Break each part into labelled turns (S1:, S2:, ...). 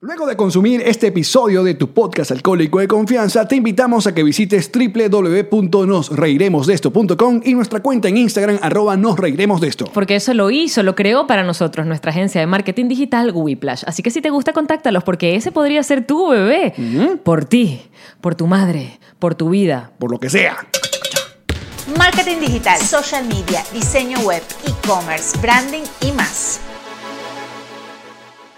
S1: Luego de consumir este episodio de tu podcast alcohólico de confianza, te invitamos a que visites www.nosreiremosdesto.com y nuestra cuenta en Instagram arroba nosreiremosdesto.
S2: Porque eso lo hizo, lo creó para nosotros, nuestra agencia de marketing digital Whiplash. Así que si te gusta, contáctalos, porque ese podría ser tu bebé. Por ti, por tu madre, por tu vida.
S1: Por lo que sea.
S3: Marketing digital, social media, diseño web, e-commerce, branding y más.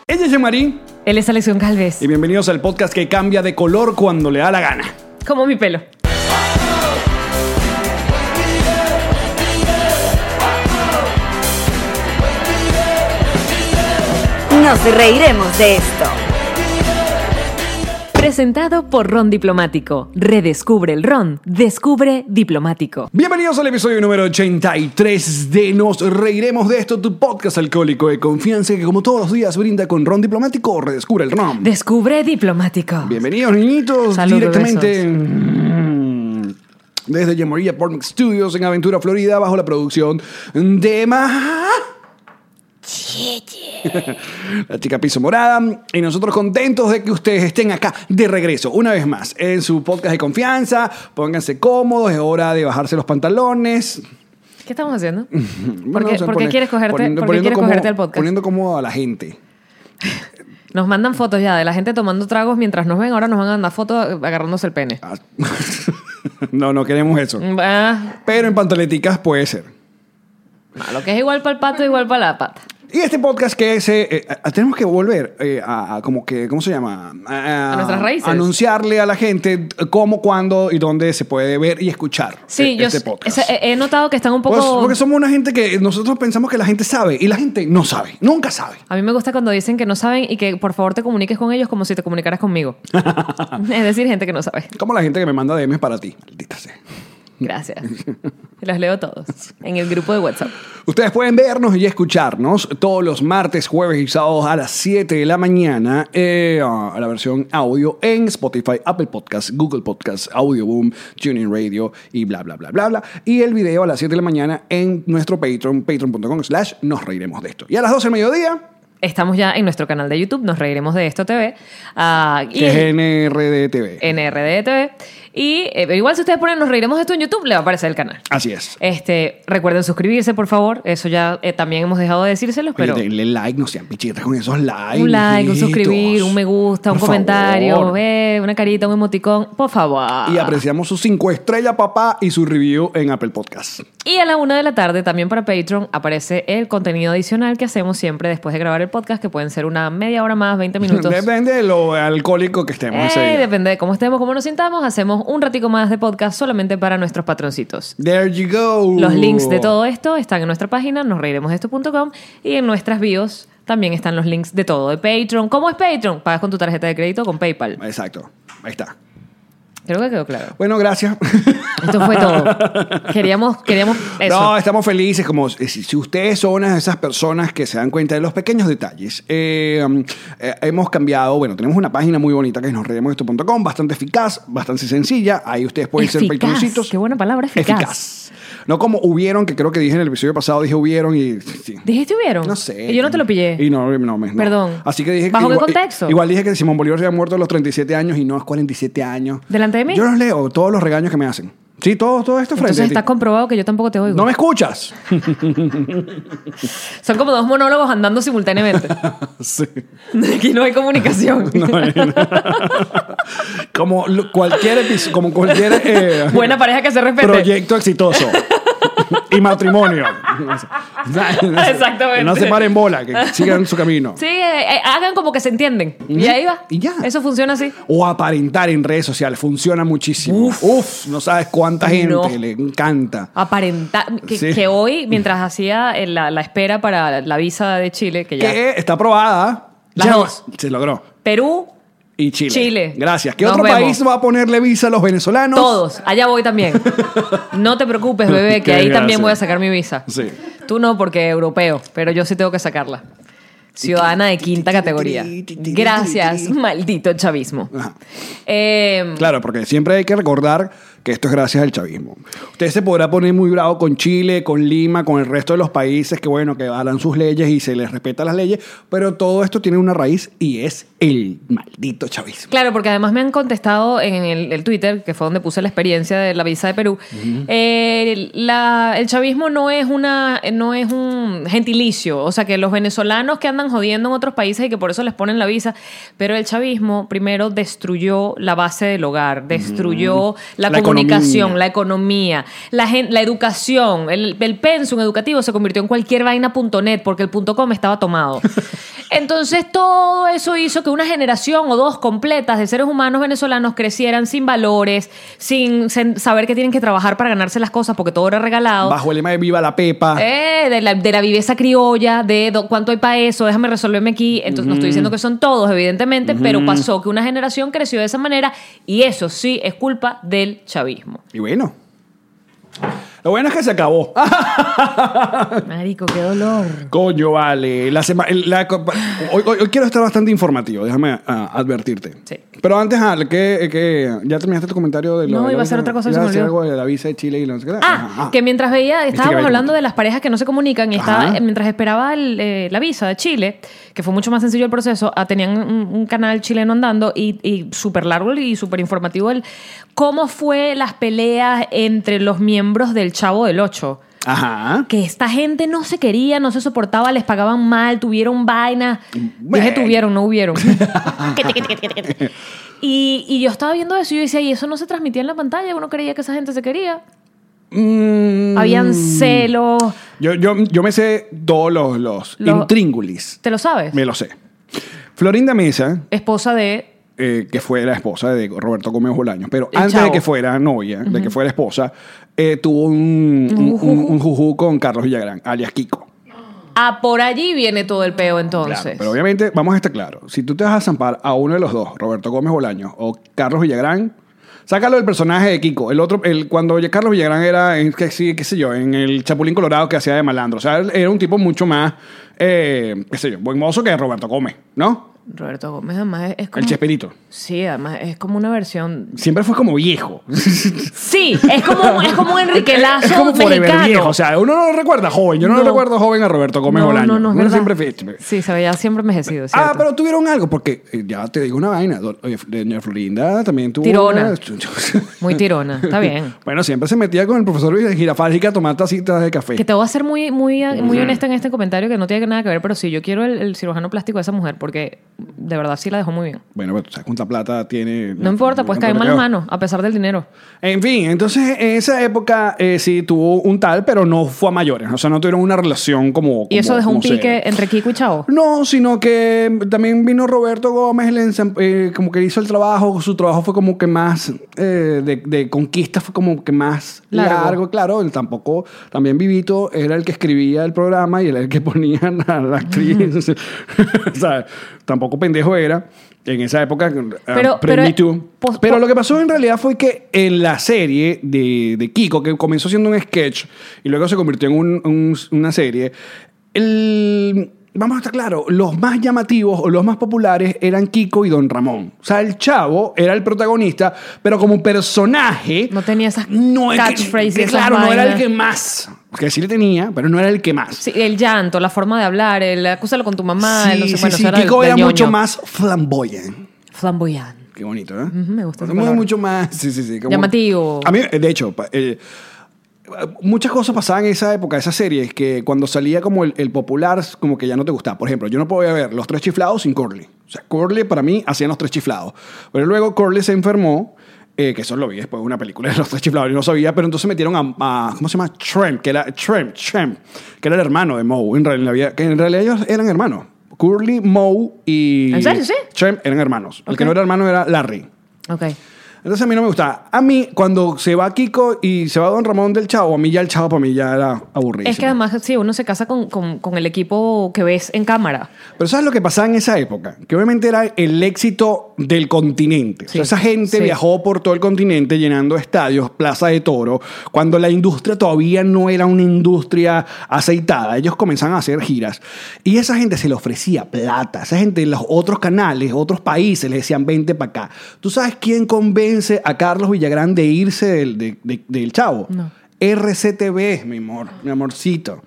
S1: Ella es Jean-Marie
S2: Él es Alexión Calves.
S1: y bienvenidos al podcast que cambia de color cuando le da la gana.
S2: Como mi pelo.
S3: Nos reiremos de esto.
S2: Presentado por Ron Diplomático. Redescubre el Ron. Descubre Diplomático.
S1: Bienvenidos al episodio número 83 de Nos Reiremos de Esto, tu podcast alcohólico de confianza que como todos los días brinda con ron diplomático, redescubre el ron.
S2: Descubre Diplomático.
S1: Bienvenidos, niñitos,
S2: Salud,
S1: directamente mm, desde Yamoría Porn Studios en Aventura, Florida, bajo la producción de Ma... La chica piso morada y nosotros contentos de que ustedes estén acá de regreso una vez más en su podcast de confianza. Pónganse cómodos, es hora de bajarse los pantalones.
S2: ¿Qué estamos haciendo? ¿Por
S1: Bueno,
S2: qué,
S1: o sea,
S2: por qué
S1: pone-
S2: quieres cogerte,
S1: poniendo-
S2: por qué
S1: poniendo
S2: quieres
S1: como-
S2: cogerte el podcast?
S1: Poniendo cómodo a la gente.
S2: Nos mandan fotos ya de la gente tomando tragos mientras nos ven. Ahora nos van a mandar fotos agarrándose el pene.
S1: Ah, no, no queremos eso.
S2: Ah,
S1: Pero en pantaleticas puede ser.
S2: lo que es igual para el pato, igual para la pata.
S1: Y este podcast que se eh, a- tenemos que volver eh, a, a como que, ¿cómo se llama? A,
S2: A nuestras raíces.
S1: Anunciarle a la gente cómo, cuándo y dónde se puede ver y escuchar
S2: Sí,
S1: e-
S2: yo
S1: este
S2: s-
S1: podcast.
S2: esa- he he notado que están un poco...
S1: Pues, porque somos una gente que nosotros pensamos que la gente sabe y la gente no sabe, nunca sabe.
S2: A mí me gusta cuando dicen que no saben y que por favor te comuniques con ellos como si te comunicaras conmigo. es decir, gente que no sabe.
S1: Como la gente que me manda DMs para ti, maldita sea.
S2: Gracias. Los leo todos en el grupo de WhatsApp.
S1: Ustedes pueden vernos y escucharnos todos los martes, jueves y sábados a las 7 de la mañana eh, a la versión audio en Spotify, Apple Podcasts, Google Podcasts, Audio Boom, TuneIn Radio y bla, bla, bla, bla, bla. Y el video a las 7 de la mañana en nuestro Patreon, patreon.com slash nos reiremos de esto. Y a las 12 del mediodía,
S2: Estamos ya en nuestro canal de YouTube, nos reiremos de esto TV. Ah, y Eh,
S1: que es NRDTV.
S2: NRDTV. Y eh, igual si ustedes ponen nos reiremos de esto en YouTube, le va a aparecer el canal.
S1: Así es.
S2: Este, recuerden suscribirse, por favor. Eso ya eh, también hemos dejado de decírselos,
S1: Oye,
S2: pero
S1: denle like, no sean pichitas con esos likes.
S2: un like, un
S1: hijitos.
S2: suscribir, un me gusta, un
S1: Por
S2: comentario,
S1: favor.
S2: eh, una carita, un emoticón, por favor.
S1: Y apreciamos sus cinco estrellas, papá, y su review en Apple Podcasts.
S2: Y a la una de la tarde, también para Patreon, aparece el contenido adicional que hacemos siempre después de grabar el podcast, que pueden ser una media hora más, 20 minutos.
S1: Depende de lo alcohólico que estemos. ese
S2: Eh,
S1: día.
S2: depende de cómo estemos, cómo nos sintamos, hacemos un ratico más de podcast solamente para nuestros patroncitos.
S1: There you go.
S2: Los links
S1: Uh.
S2: de todo esto están en nuestra página, nosreiremosdeesto.com, y en nuestras bios también están los links de todo, de Patreon. ¿Cómo es Patreon? Pagas con tu tarjeta de crédito o con PayPal.
S1: Exacto. Ahí está.
S2: Creo que quedó claro.
S1: Bueno, gracias.
S2: Esto fue todo. Queríamos, queríamos eso.
S1: No, estamos felices. Como si, si ustedes son una de esas personas que se dan cuenta de los pequeños detalles, eh, um, eh, hemos cambiado. Bueno, tenemos una página muy bonita que es nosredemosesto.com, bastante eficaz, bastante sencilla. Ahí ustedes pueden ser
S2: Eficaz.
S1: patroncitos.
S2: Qué buena palabra, eficaz.
S1: No como hubieron, que creo que dije en el episodio pasado, dije hubieron y. sí.
S2: ¿Dijiste hubieron?
S1: No sé.
S2: Y yo no te lo pillé.
S1: Y no, no, me- no.
S2: Perdón.
S1: Así que dije
S2: ¿Bajo qué
S1: igual,
S2: contexto?
S1: Igual dije que Simón Bolívar se había muerto a los 37 años y no es 47 años.
S2: ¿Delante de mí?
S1: Yo los leo, todos los regaños que me hacen. Sí, todo, todo esto frente
S2: Entonces
S1: a ti.
S2: está comprobado que yo tampoco te oigo.
S1: No me escuchas.
S2: Son como dos monólogos andando simultáneamente.
S1: Sí.
S2: Aquí no hay comunicación.
S1: No, no. como lo- cualquier episodio, como cualquier eh,
S2: Buena pareja que se respete.
S1: proyecto exitoso. y matrimonio.
S2: Exactamente.
S1: No se paren bola, que sigan su camino.
S2: Sí, eh, eh, hagan como que se entienden. Y ahí va.
S1: Y ya.
S2: Eso funciona así.
S1: O aparentar en redes sociales. Funciona muchísimo. Uf, no sabes cuánta gente
S2: No. Ah,
S1: le encanta.
S2: Aparentar. Que,
S1: Sí.
S2: que hoy, mientras hacía eh, la, la espera para la visa de Chile, que ya.
S1: Que está aprobada.
S2: Las
S1: Ya
S2: dos.
S1: Se logró.
S2: Perú
S1: Y Chile.
S2: Chile.
S1: Gracias. ¿Qué
S2: Nos
S1: otro
S2: vemos.
S1: país va a ponerle visa a los venezolanos?
S2: Todos, allá voy también. No te preocupes, bebé,
S1: Qué
S2: que ahí
S1: desgracia.
S2: también voy a sacar mi visa.
S1: Sí.
S2: Tú no, porque europeo, pero yo sí tengo que sacarla. Ciudadana de quinta categoría. Gracias, maldito chavismo.
S1: Ajá.
S2: Eh,
S1: Claro, porque siempre hay que recordar que esto es gracias al chavismo. Usted se podrá poner muy bravo con Chile, con Lima, con el resto de los países que, bueno, que harán sus leyes y se les respeta las leyes, pero todo esto tiene una raíz y es el maldito chavismo.
S2: Claro, porque además me han contestado en el, el Twitter, que fue donde puse la experiencia de la visa de Perú. eh, la- el chavismo no es una, no es un gentilicio, o sea que los venezolanos que andan jodiendo en otros países y que por eso les ponen la visa, pero el chavismo primero destruyó la base del hogar, destruyó la,
S1: La
S2: comunicación,
S1: economía.
S2: la economía, la, gen- la educación, el, el pensum educativo se convirtió en cualquier vaina.net porque el punto .com estaba tomado. Entonces todo eso hizo que una generación o dos completas de seres humanos venezolanos crecieran sin valores, sin, sen- saber que tienen que trabajar para ganarse las cosas porque todo era regalado.
S1: Bajo el lema de Viva la Pepa.
S2: Eh, de, la, de la viveza criolla, de do- cuánto hay para eso, déjame resolverme aquí. Entonces, no estoy diciendo que son todos, evidentemente, pero pasó que una generación creció de esa manera y eso sí es culpa del chavismo.
S1: Y bueno. Lo bueno es que se acabó. Ah.
S2: Marico, qué dolor.
S1: Coño, vale. La sema- el- la co- hoy, hoy- hoy quiero estar bastante informativo, déjame ah, advertirte.
S2: Sí.
S1: Pero antes, Al, que, que- ya terminaste tu comentario de lo
S2: No,
S1: de la
S2: iba a
S1: visa-
S2: ser otra cosa,
S1: iba
S2: se me
S1: a decir
S2: olvidó.
S1: algo de la visa de Chile y no sé qué.
S2: Ah,
S1: Ajá.
S2: que mientras veía,
S1: que
S2: estábamos
S1: había
S2: hablando
S1: comentado.
S2: de las parejas que no se comunican y estaba,
S1: Ajá.
S2: mientras esperaba el, eh, la visa de Chile, que fue mucho más sencillo el proceso, ah, tenían un, un canal chileno andando y, y súper largo y súper informativo el cómo fue las peleas entre los miembros del Chavo del Ocho.
S1: Ajá.
S2: que esta gente no se quería, no se soportaba, les pagaban mal, tuvieron vaina.
S1: Bueno.
S2: Dije tuvieron, no hubieron. y, y yo estaba viendo eso y yo decía, y eso no se transmitía en la pantalla, uno creía que esa gente se quería.
S1: Mm.
S2: Habían celos,
S1: Yo, yo, yo me sé todos los, los
S2: Lo-
S1: intríngulis.
S2: ¿te lo sabes?
S1: Me lo sé. Florinda Mesa,
S2: Esposa de...
S1: eh, que fue la esposa de Roberto Gómez Bolaños, pero
S2: El
S1: antes de
S2: chavo.
S1: que fuera novia, de que fuera esposa, eh, tuvo un, un, un- un jujú con Carlos Villagrán, alias Kiko.
S2: Ah, por allí viene todo el peo entonces.
S1: Claro, pero obviamente, vamos a estar claros. Si tú te vas a zampar a uno de los dos, Roberto Gómez Bolaños o Carlos Villagrán, sácalo del personaje de Kiko. El otro, el, cuando Carlos Villagrán era, en- que sí, qué sé yo, en el Chapulín Colorado que hacía de malandro. O sea, él era un tipo mucho más, eh, qué sé yo, buen mozo que Roberto Gómez, ¿no?
S2: Roberto Gómez además es- es como...
S1: El Chespirito.
S2: Sí, además es como una versión...
S1: Siempre fue como viejo.
S2: Sí, es como, es como un Enrique Lazo
S1: es como forever
S2: mexicano.
S1: viejo. O sea, uno no lo recuerda joven. Yo no, lo
S2: No.
S1: recuerdo joven a Roberto Gómez
S2: no,
S1: Bolaños.
S2: no, no, es
S1: Uno
S2: verdad.
S1: siempre fue-
S2: Sí, se veía siempre envejecido,
S1: Ah,
S2: ¿cierto?
S1: pero tuvieron algo, porque eh, ya te digo una vaina. do- oye, Doña Florinda también tuvo.
S2: Tirona.
S1: una-
S2: Muy tirona, está bien.
S1: bueno, siempre se metía con el profesor Girafálgica a tomar tacitas de café.
S2: Que te voy a ser muy, muy, muy honesta en este comentario que no tiene nada que ver, pero sí, yo quiero el, el cirujano plástico de esa mujer porque de verdad sí la dejó muy bien.
S1: Bueno, pero tú sabes cuánta plata tiene.
S2: No importa, pues caen
S1: en
S2: malas manos, a pesar del dinero.
S1: En fin, entonces en esa época eh, sí tuvo un tal, pero no fue a mayores. O sea, no tuvieron una relación como.
S2: Y eso
S1: como-
S2: dejó un
S1: como seria.
S2: pique entre Kiko y Chavo.
S1: No, sino que también vino Roberto Gómez, le ensam- eh, como que hizo el trabajo, su trabajo fue como que más eh, de, de conquista, fue como que más largo.
S2: Largo.
S1: claro, él tampoco, también Vivito era el que escribía el programa y era el que ponía a la actriz, o sea, tampoco pendejo era. En esa época, pero,
S2: Pero- pero- pos-
S1: pero
S2: pos-
S1: lo que pasó en realidad fue que en la serie de, de Kiko, que comenzó siendo un sketch y luego se convirtió en un- un- una serie, el- vamos a estar claros, los más llamativos o los más populares eran Kiko y Don Ramón. O sea, el chavo era el protagonista, pero como personaje...
S2: No tenía esas
S1: es que-
S2: catchphrases,
S1: que
S2: esas
S1: claro, no era el
S2: vainas.
S1: que más. Que sí le tenía, pero no era el que más.
S2: Sí, el llanto, la forma de hablar, el acúsalo con tu mamá, el no sé,
S1: sí,
S2: bueno,
S1: sí,
S2: eso era
S1: Kiko
S2: del-
S1: era
S2: del
S1: mucho
S2: ñoño.
S1: más flamboyant.
S2: Flamboyant.
S1: Qué bonito, ¿eh?
S2: me gusta esa
S1: Muy-
S2: palabra.
S1: mucho más. Sí, sí, sí. como-
S2: Llamativo.
S1: A mí, eh, de hecho, pa- eh, muchas cosas pasaban en esa época, esas series, que cuando salía como el, el popular, como que ya no te gustaba. Por ejemplo, yo no podía ver Los Tres Chiflados sin Curly. O sea, Curly para mí hacían Los Tres Chiflados. Pero luego Curly se enfermó. eh, que eso lo vi después de una película de los tres chiflados, yo no sabía, pero entonces metieron a, a- ¿cómo se llama? Tremp, que era Tremp, Tremp, que era el hermano de Moe, en realidad, que en realidad ellos eran hermanos. Curly, Moe y
S2: ¿En serio? Sí.
S1: Tremp eran hermanos. El que
S2: Ok.
S1: no era hermano era Larry.
S2: Ok.
S1: Entonces a mí no me gustaba. A mí, cuando se va Kiko y se va Don Ramón del Chavo, a mí ya el Chavo para mí ya era aburrido.
S2: Es que además, sí, uno se casa con, con- con el equipo que ves en cámara.
S1: Pero ¿sabes lo que pasaba en esa época? Que obviamente era el éxito del continente. O sea,
S2: Sí,
S1: esa gente
S2: sí.
S1: viajó por todo el continente llenando estadios, plaza de toro, cuando la industria todavía no era una industria aceitada. Ellos comenzaban a hacer giras y esa gente se le ofrecía plata. Esa gente en los otros canales, otros países, le decían vente para acá. ¿Tú sabes quién convence a Carlos Villagrán de irse del, de- de- del chavo?
S2: No.
S1: RCTV, mi amor, mi amorcito.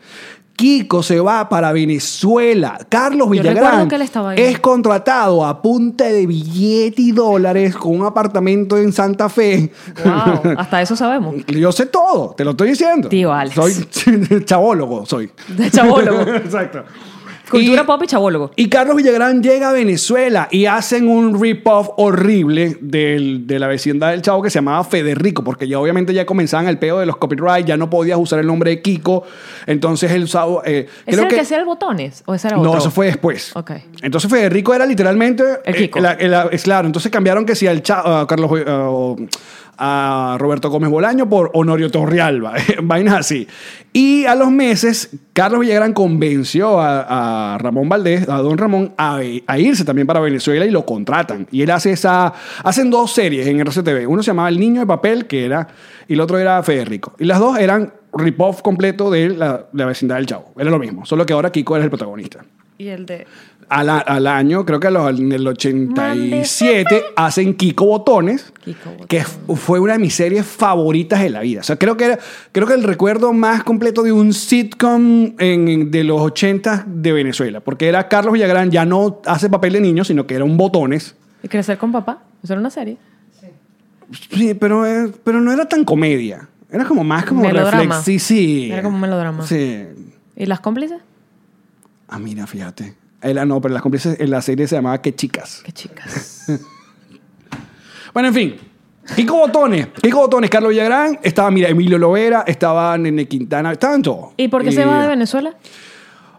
S1: Kiko se va para Venezuela. Carlos
S2: Yo
S1: Villagrán
S2: recuerdo que él estaba ahí.
S1: es contratado a punta de billete y dólares con un apartamento en Santa Fe.
S2: Wow, hasta eso sabemos.
S1: Yo sé todo, te lo estoy diciendo.
S2: Tío Alex.
S1: Soy chabólogo, soy.
S2: De chabólogo.
S1: Exacto.
S2: Cultura
S1: Y-
S2: pop y chabólogo.
S1: y Carlos Villagrán llega a Venezuela y hacen un rip-off horrible del- de la vecindad del chavo que se llamaba Federico, porque ya obviamente ya comenzaban el pedo de los copyrights, ya no podías usar el nombre de Kiko. Entonces el chavo. eh,
S2: ¿Ese era el que hacía el botones? ¿O ese era otro?
S1: no, eso fue después.
S2: Ok.
S1: Entonces Federico era literalmente.
S2: El Kiko.
S1: eh, la- el- la- es claro, entonces cambiaron que si al Chavo, a Carlos. eh, o a Roberto Gómez Bolaño por Honorio Torrealba, vainas así. Y a los meses, Carlos Villagrán convenció a, a Ramón Valdés, a don Ramón, a, a irse también para Venezuela y lo contratan. Y él hace esa... Hacen dos series en RCTV. Uno se llamaba El Niño de Papel, que era... Y el otro era Federico. Y las dos eran rip-off completo de la, la vecindad del Chavo. Era lo mismo, solo que ahora Kiko era el protagonista.
S2: Y el de...
S1: Al, a- al año, creo que a los- en el 87, hacen Kiko Botones,
S2: Kiko Botones.
S1: que f- fue una de mis series favoritas de la vida. O sea, creo que, era- creo que el recuerdo más completo de un sitcom en- en- de los 80 de Venezuela, porque era Carlos Villagrán, ya no hace papel de niño, sino que era un Botones.
S2: ¿Y crecer con papá? Eso era una serie.
S1: Sí, pero, eh, pero no era tan comedia. Era como más como
S2: Melodrama.
S1: reflex. Sí, sí.
S2: Era como un melodrama.
S1: Sí.
S2: ¿Y las cómplices?
S1: Ah, mira, fíjate. Era- no, pero las cómplices en la serie se llamaba Que Chicas.
S2: Qué chicas.
S1: Bueno, en fin. Kiko Botones, Kiko Botones, Carlos Villagrán, estaba, mira, Emilio Lovera, estaba Nene Quintana, estaban todos.
S2: ¿Y por qué se va de Venezuela?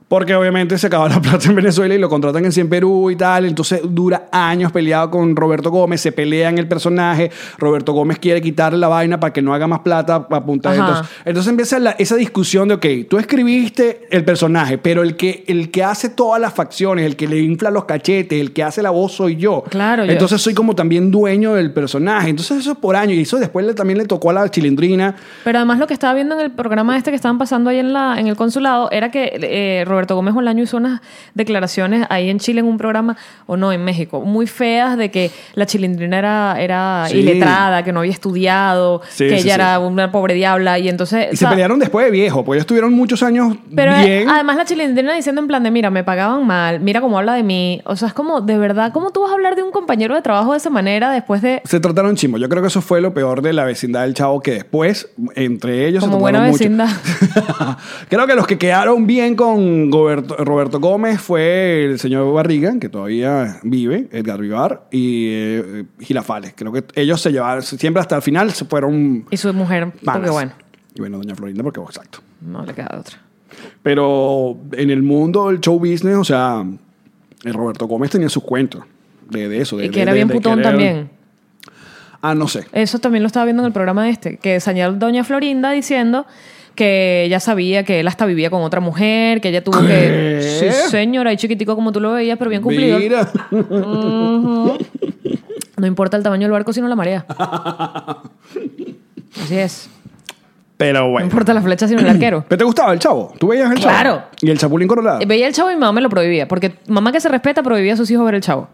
S1: Porque obviamente se acaba la plata en Venezuela y lo contratan en 100 Perú y tal. Entonces dura años peleado con Roberto Gómez, se pelean el personaje. Roberto Gómez quiere quitarle la vaina para que no haga más plata para apuntar.
S2: Ajá.
S1: Entonces, entonces empieza la- esa discusión de, ok, tú escribiste el personaje, pero el que, el que hace todas las facciones, el que le infla los cachetes, el que hace la voz soy yo.
S2: Claro, yo-
S1: Entonces soy como también dueño del personaje. Entonces eso es por años. Y eso después le- también le tocó a la chilindrina.
S2: Pero además lo que estaba viendo en el programa este que estaban pasando ahí en, la, en el consulado era que eh, Roberto Gómez Bolaño hizo unas declaraciones ahí en Chile en un programa, o no, en México, muy feas de que la chilindrina era, era
S1: Sí.
S2: iletrada, que no había estudiado,
S1: Sí,
S2: que
S1: sí,
S2: ella
S1: sí.
S2: era una pobre diabla y entonces...
S1: Y
S2: o
S1: se
S2: sea,
S1: pelearon después de viejo, porque ellos estuvieron muchos años
S2: Pero eh,
S1: bien.
S2: además la chilindrina diciendo en plan de, mira, me pagaban mal, mira cómo habla de mí. O sea, es como, de verdad, ¿cómo tú vas a hablar de un compañero de trabajo de esa manera después de...
S1: Se trataron chimbo. Yo creo que eso fue lo peor de la vecindad del chavo, que después, entre ellos,
S2: Como
S1: se
S2: buena
S1: trataron mucho.
S2: vecindad.
S1: creo que los que quedaron bien con Goberto- Roberto Gómez fue el señor Barriga, que todavía vive, Edgar Vivar, y eh, Girafales. Creo que ellos se llevaron, siempre hasta el final se fueron
S2: Y su mujer, porque
S1: panas.
S2: bueno,
S1: Y bueno, doña Florinda, porque bueno, exacto.
S2: no le queda otra.
S1: Pero en el mundo del show business, o sea, el Roberto Gómez tenía sus cuentos de, de eso. de-
S2: Y que
S1: de-
S2: era
S1: de-
S2: bien
S1: de
S2: putón
S1: querer-
S2: también.
S1: Ah, no sé.
S2: Eso también lo estaba viendo en el programa este, que señaló Doña Florinda diciendo que ella sabía que él hasta vivía con otra mujer, que ella tuvo
S1: ¿Qué?
S2: que... Sí, señora, y chiquitico como tú lo veías, pero bien cumplido.
S1: Mira.
S2: No importa el tamaño del barco, sino la marea. Así es.
S1: Pero
S2: No
S1: bueno.
S2: importa la flecha, sino el arquero.
S1: ¿Pero te gustaba el chavo? ¿Tú veías el chavo?
S2: Claro. Eh,
S1: Y el Chapulín Colorado.
S2: Veía el chavo y mi mamá me lo prohibía, porque mamá que se respeta prohibía a sus hijos ver el chavo.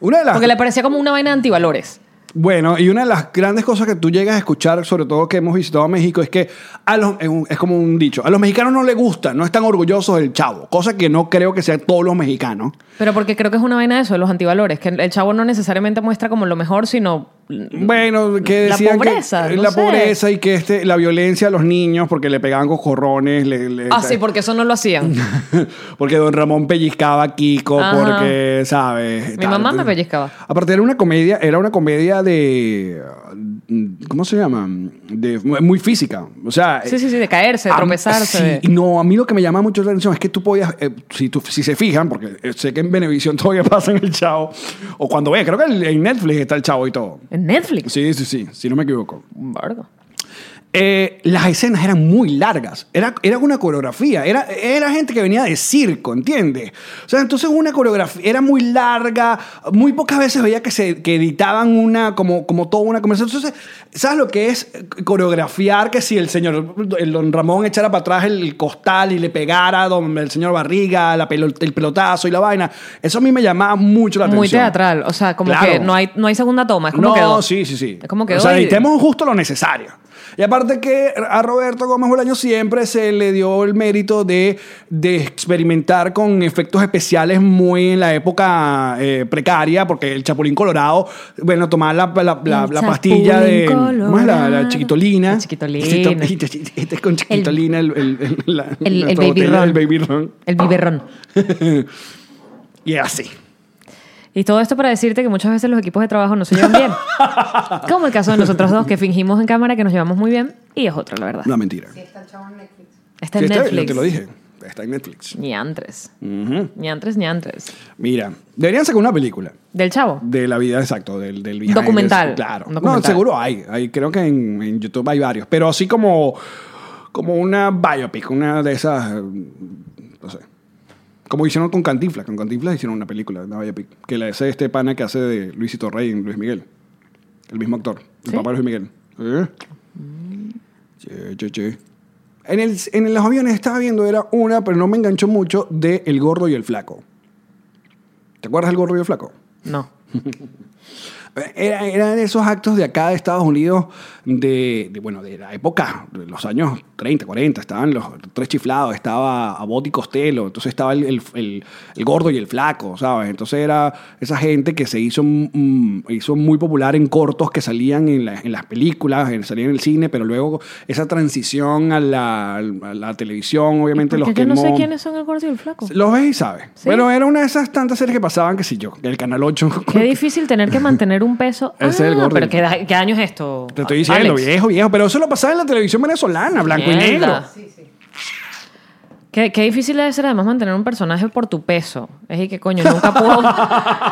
S1: Una de las,
S2: Porque le parecía como una vaina de antivalores.
S1: Bueno, y una de las grandes cosas que tú llegas a escuchar, sobre todo que hemos visitado a México, es que a los, es, un- es como un dicho, a los mexicanos no les gusta, no están orgullosos del chavo, cosa que no creo que sean todos los mexicanos.
S2: Pero porque creo que es una vaina de eso, de los antivalores, que el chavo no necesariamente muestra como lo mejor, sino
S1: Bueno, que
S2: La
S1: decían que- eh,
S2: pobreza, no
S1: la
S2: sé.
S1: pobreza y que este, la violencia a los niños porque le pegaban cocorrones, le, le-
S2: Ah, sí, porque eso no lo hacían.
S1: porque don Ramón pellizcaba a Kiko,
S2: Ajá.
S1: porque, ¿sabes?
S2: Mi mamá me pellizcaba.
S1: Aparte, era una comedia, era una comedia de. ¿Cómo se llama? De, muy física. O sea.
S2: Sí, sí, sí, de caerse, de
S1: a-
S2: tropezarse.
S1: sí,
S2: de-
S1: y no, a mí lo que me llama mucho la atención es que tú podías, eh, si, tú- si se fijan, porque eh, sé que en Venevisión todavía pasan el chavo, o cuando veas, creo que en- en Netflix está el chavo y todo.
S2: En Netflix.
S1: Sí, sí, sí, si no me equivoco.
S2: Bardo.
S1: eh, las escenas eran muy largas. Era, era una coreografía. Era, era gente que venía de circo, ¿entiendes? O sea, entonces una coreografía era muy larga. Muy pocas veces veía que, se, que editaban una, como, como toda una conversación. Entonces, ¿sabes lo que es coreografiar? Que si el señor, el don Ramón echara para atrás el costal y le pegara a don, el señor Barriga, la pelo- el pelotazo y la vaina. Eso a mí me llamaba mucho la atención.
S2: Muy teatral. O sea, como
S1: Claro.
S2: que no hay, no hay segunda toma. Es como
S1: No,
S2: quedó.
S1: sí, sí, sí.
S2: Es como quedó.
S1: O sea,
S2: y-
S1: necesitamos justo lo necesario. Y aparte que a Roberto Gómez Bolaño siempre se le dio el mérito de, de experimentar con efectos especiales muy en la época eh, precaria, porque el Chapulín Colorado, bueno, tomaba la, la- la-
S2: El
S1: la pastilla de...
S2: Chapulín
S1: ¿Cómo es la, la
S2: Colorado.
S1: chiquitolina?
S2: La chiquitolina.
S1: Chiquito- Este es con chiquitolina el, el, el- la-
S2: El, el
S1: nuestra
S2: baby
S1: botella,
S2: ron.
S1: el baby ron.
S2: El biberrón.
S1: Y así.
S2: Y todo esto para decirte que muchas veces los equipos de trabajo no se llevan bien. Como el caso de nosotros dos, que fingimos en cámara que nos llevamos muy bien. Y es otro, la verdad.
S1: No, mentira.
S2: Está en
S1: Sí,
S2: Netflix.
S1: yo te lo dije. Está en Netflix.
S2: Ni antes.
S1: Ujú.
S2: Ni antes, ni antes.
S1: Mira, deberían sacar una película.
S2: Del chavo.
S1: De la vida, exacto, del, del behind
S2: Documental.
S1: the- Claro.
S2: Un documental.
S1: No, seguro hay. hay creo que en, en YouTube hay varios. Pero así como, como una biopic, una de esas. eh, No sé. Como hicieron con Cantinflas. Con Cantinflas hicieron una película, una biopic. Que la hace este pana que hace de Luisito Rey en Luis Miguel. El mismo actor. El
S2: ¿Sí?
S1: papá de Luis Miguel. ¿Eh? Sí, sí, sí. En, el, en los aviones estaba viendo, era una, pero no me enganchó mucho, de El Gordo y el Flaco. ¿Te acuerdas del Gordo y el Flaco?
S2: No.
S1: Era, era de esos actos de acá de Estados Unidos, de, de, bueno, de la época, de los años 30, 40, estaban los tres chiflados, estaba Abot y Costello, entonces estaba el, el- el- el gordo y el flaco, ¿sabes? Entonces era esa gente que se hizo, mm, hizo muy popular en cortos que salían en, la- en las películas, en- salían en el cine, pero luego esa transición a la, a la televisión, obviamente los
S2: Porque
S1: que
S2: yo no sé
S1: no-
S2: quiénes son el gordo y el flaco.
S1: Los ves y sabes.
S2: Sí.
S1: Bueno, era una de esas tantas series que pasaban, que si yo, el Canal 8.
S2: Qué difícil tener que mantener un peso.
S1: Ese es el
S2: Ah,
S1: gordo.
S2: Pero ¿qué, da- qué año es esto?
S1: Te estoy diciendo,
S2: Alex?
S1: viejo, viejo. Pero eso lo pasaba en la televisión venezolana, blanco y
S2: Mierda.
S1: negro.
S2: Qué, qué difícil debe ser además mantener un personaje por tu peso. Es y que coño, nunca puedo,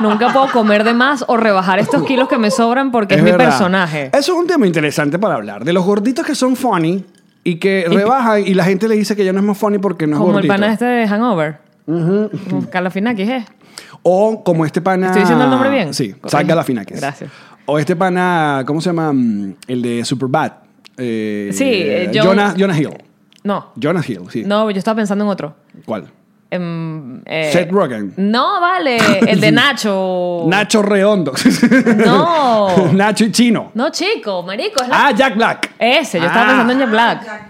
S2: nunca puedo comer de más o rebajar estos kilos que me sobran porque es, mi
S1: verdad.
S2: personaje.
S1: Eso es un tema interesante para hablar. De los gorditos que son funny y que
S2: Y-
S1: rebajan y la gente le dice que ya no es más funny porque no es
S2: Como
S1: gordito.
S2: el pana este de Hangover. Como Calafinakis, ¿eh?
S1: O como este pana...
S2: ¿Estoy diciendo el nombre bien?
S1: Sí,
S2: Correcto.
S1: Salga la Finaques.
S2: Gracias.
S1: O este pana, ¿cómo se llama? Mm, El de Superbad. Eh,
S2: Sí, eh,
S1: John-
S2: John-
S1: Jonah, Jonah Hill.
S2: No,
S1: Jonah Hill, sí.
S2: no, yo estaba pensando en otro.
S1: ¿Cuál?
S2: Em, eh,
S1: Seth Rogen.
S2: No, vale, el de Nacho.
S1: Nacho Redondo.
S2: No.
S1: Nacho y Chino.
S2: No, chico, marico, es la-
S1: Ah, Jack Black.
S2: Ese, yo estaba
S1: Ah.
S2: pensando en Jack Black.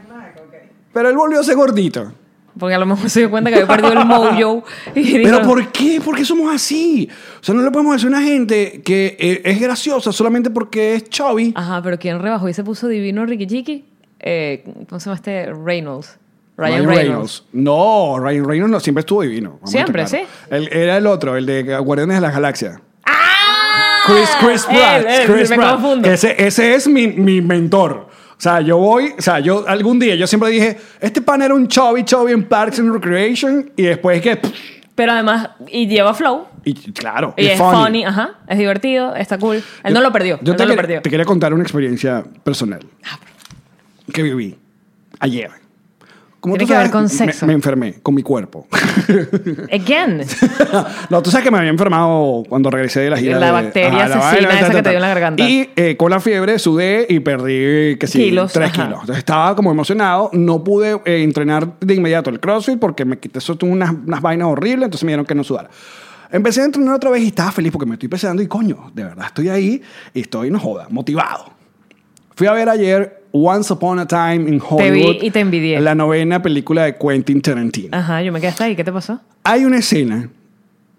S1: Pero él volvió a ser gordito.
S2: Porque a lo mejor se dio cuenta que había perdido el mojo. y
S1: Pero
S2: dijo,
S1: ¿por qué? ¿Por qué somos así? O sea, no le podemos decir a una gente que eh, es graciosa solamente porque es chubby.
S2: Ajá, pero ¿quién rebajó y se puso divino Ricky Chiqui? Eh, ¿Cómo se llama este? Reynolds. Ryan, Reynolds.
S1: No, Ryan Reynolds no, siempre estuvo divino. vamos a
S2: Siempre,
S1: estar claro. Él- era el otro, el de Guardianes de la Galaxia.
S2: ¡Ah!
S1: Chris, Chris
S2: Él,
S1: Pratt.
S2: él,
S1: Chris
S2: me
S1: Pratt.
S2: confundo.
S1: Que Ese, ese es mi, mi mentor. O sea, yo voy, o sea, yo algún día, yo siempre dije, este pan era un chubby, chubby en Parks and Recreation y después que... pff,
S2: Pero además, y lleva flow.
S1: Y claro,
S2: Y es funny. ajá. Es divertido, está cool. Él
S1: Yo-
S2: no lo perdió.
S1: Yo
S2: él
S1: te,
S2: no lo
S1: quer-
S2: perdió. Ah,
S1: te quería contar una experiencia personal que viví ayer. Como
S2: Tiene
S1: tú
S2: que ver
S1: sabes,
S2: con
S1: me-
S2: sexo.
S1: Me, enfermé con mi cuerpo.
S2: Again.
S1: no, tú sabes que me había enfermado cuando regresé de la gira.
S2: La
S1: de-
S2: bacteria asesina esa que te dio en la garganta.
S1: Y eh, con la fiebre sudé y perdí, que sí,
S2: Kilos,
S1: tres
S2: ajá.
S1: kilos. Entonces, estaba como emocionado. No pude eh, entrenar de inmediato el crossfit porque me quité eso, tuve unas, unas vainas horribles. Entonces me dieron que no sudara. Empecé a entrenar otra vez y estaba feliz porque me estoy pesando y coño, de verdad estoy ahí y estoy, no joda, motivado. Fui a ver ayer Once Upon a Time in Hollywood.
S2: Te vi y te envidié.
S1: La novena película de Quentin Tarantino.
S2: Ajá, yo me quedé hasta ahí. ¿Qué te pasó?
S1: Hay una escena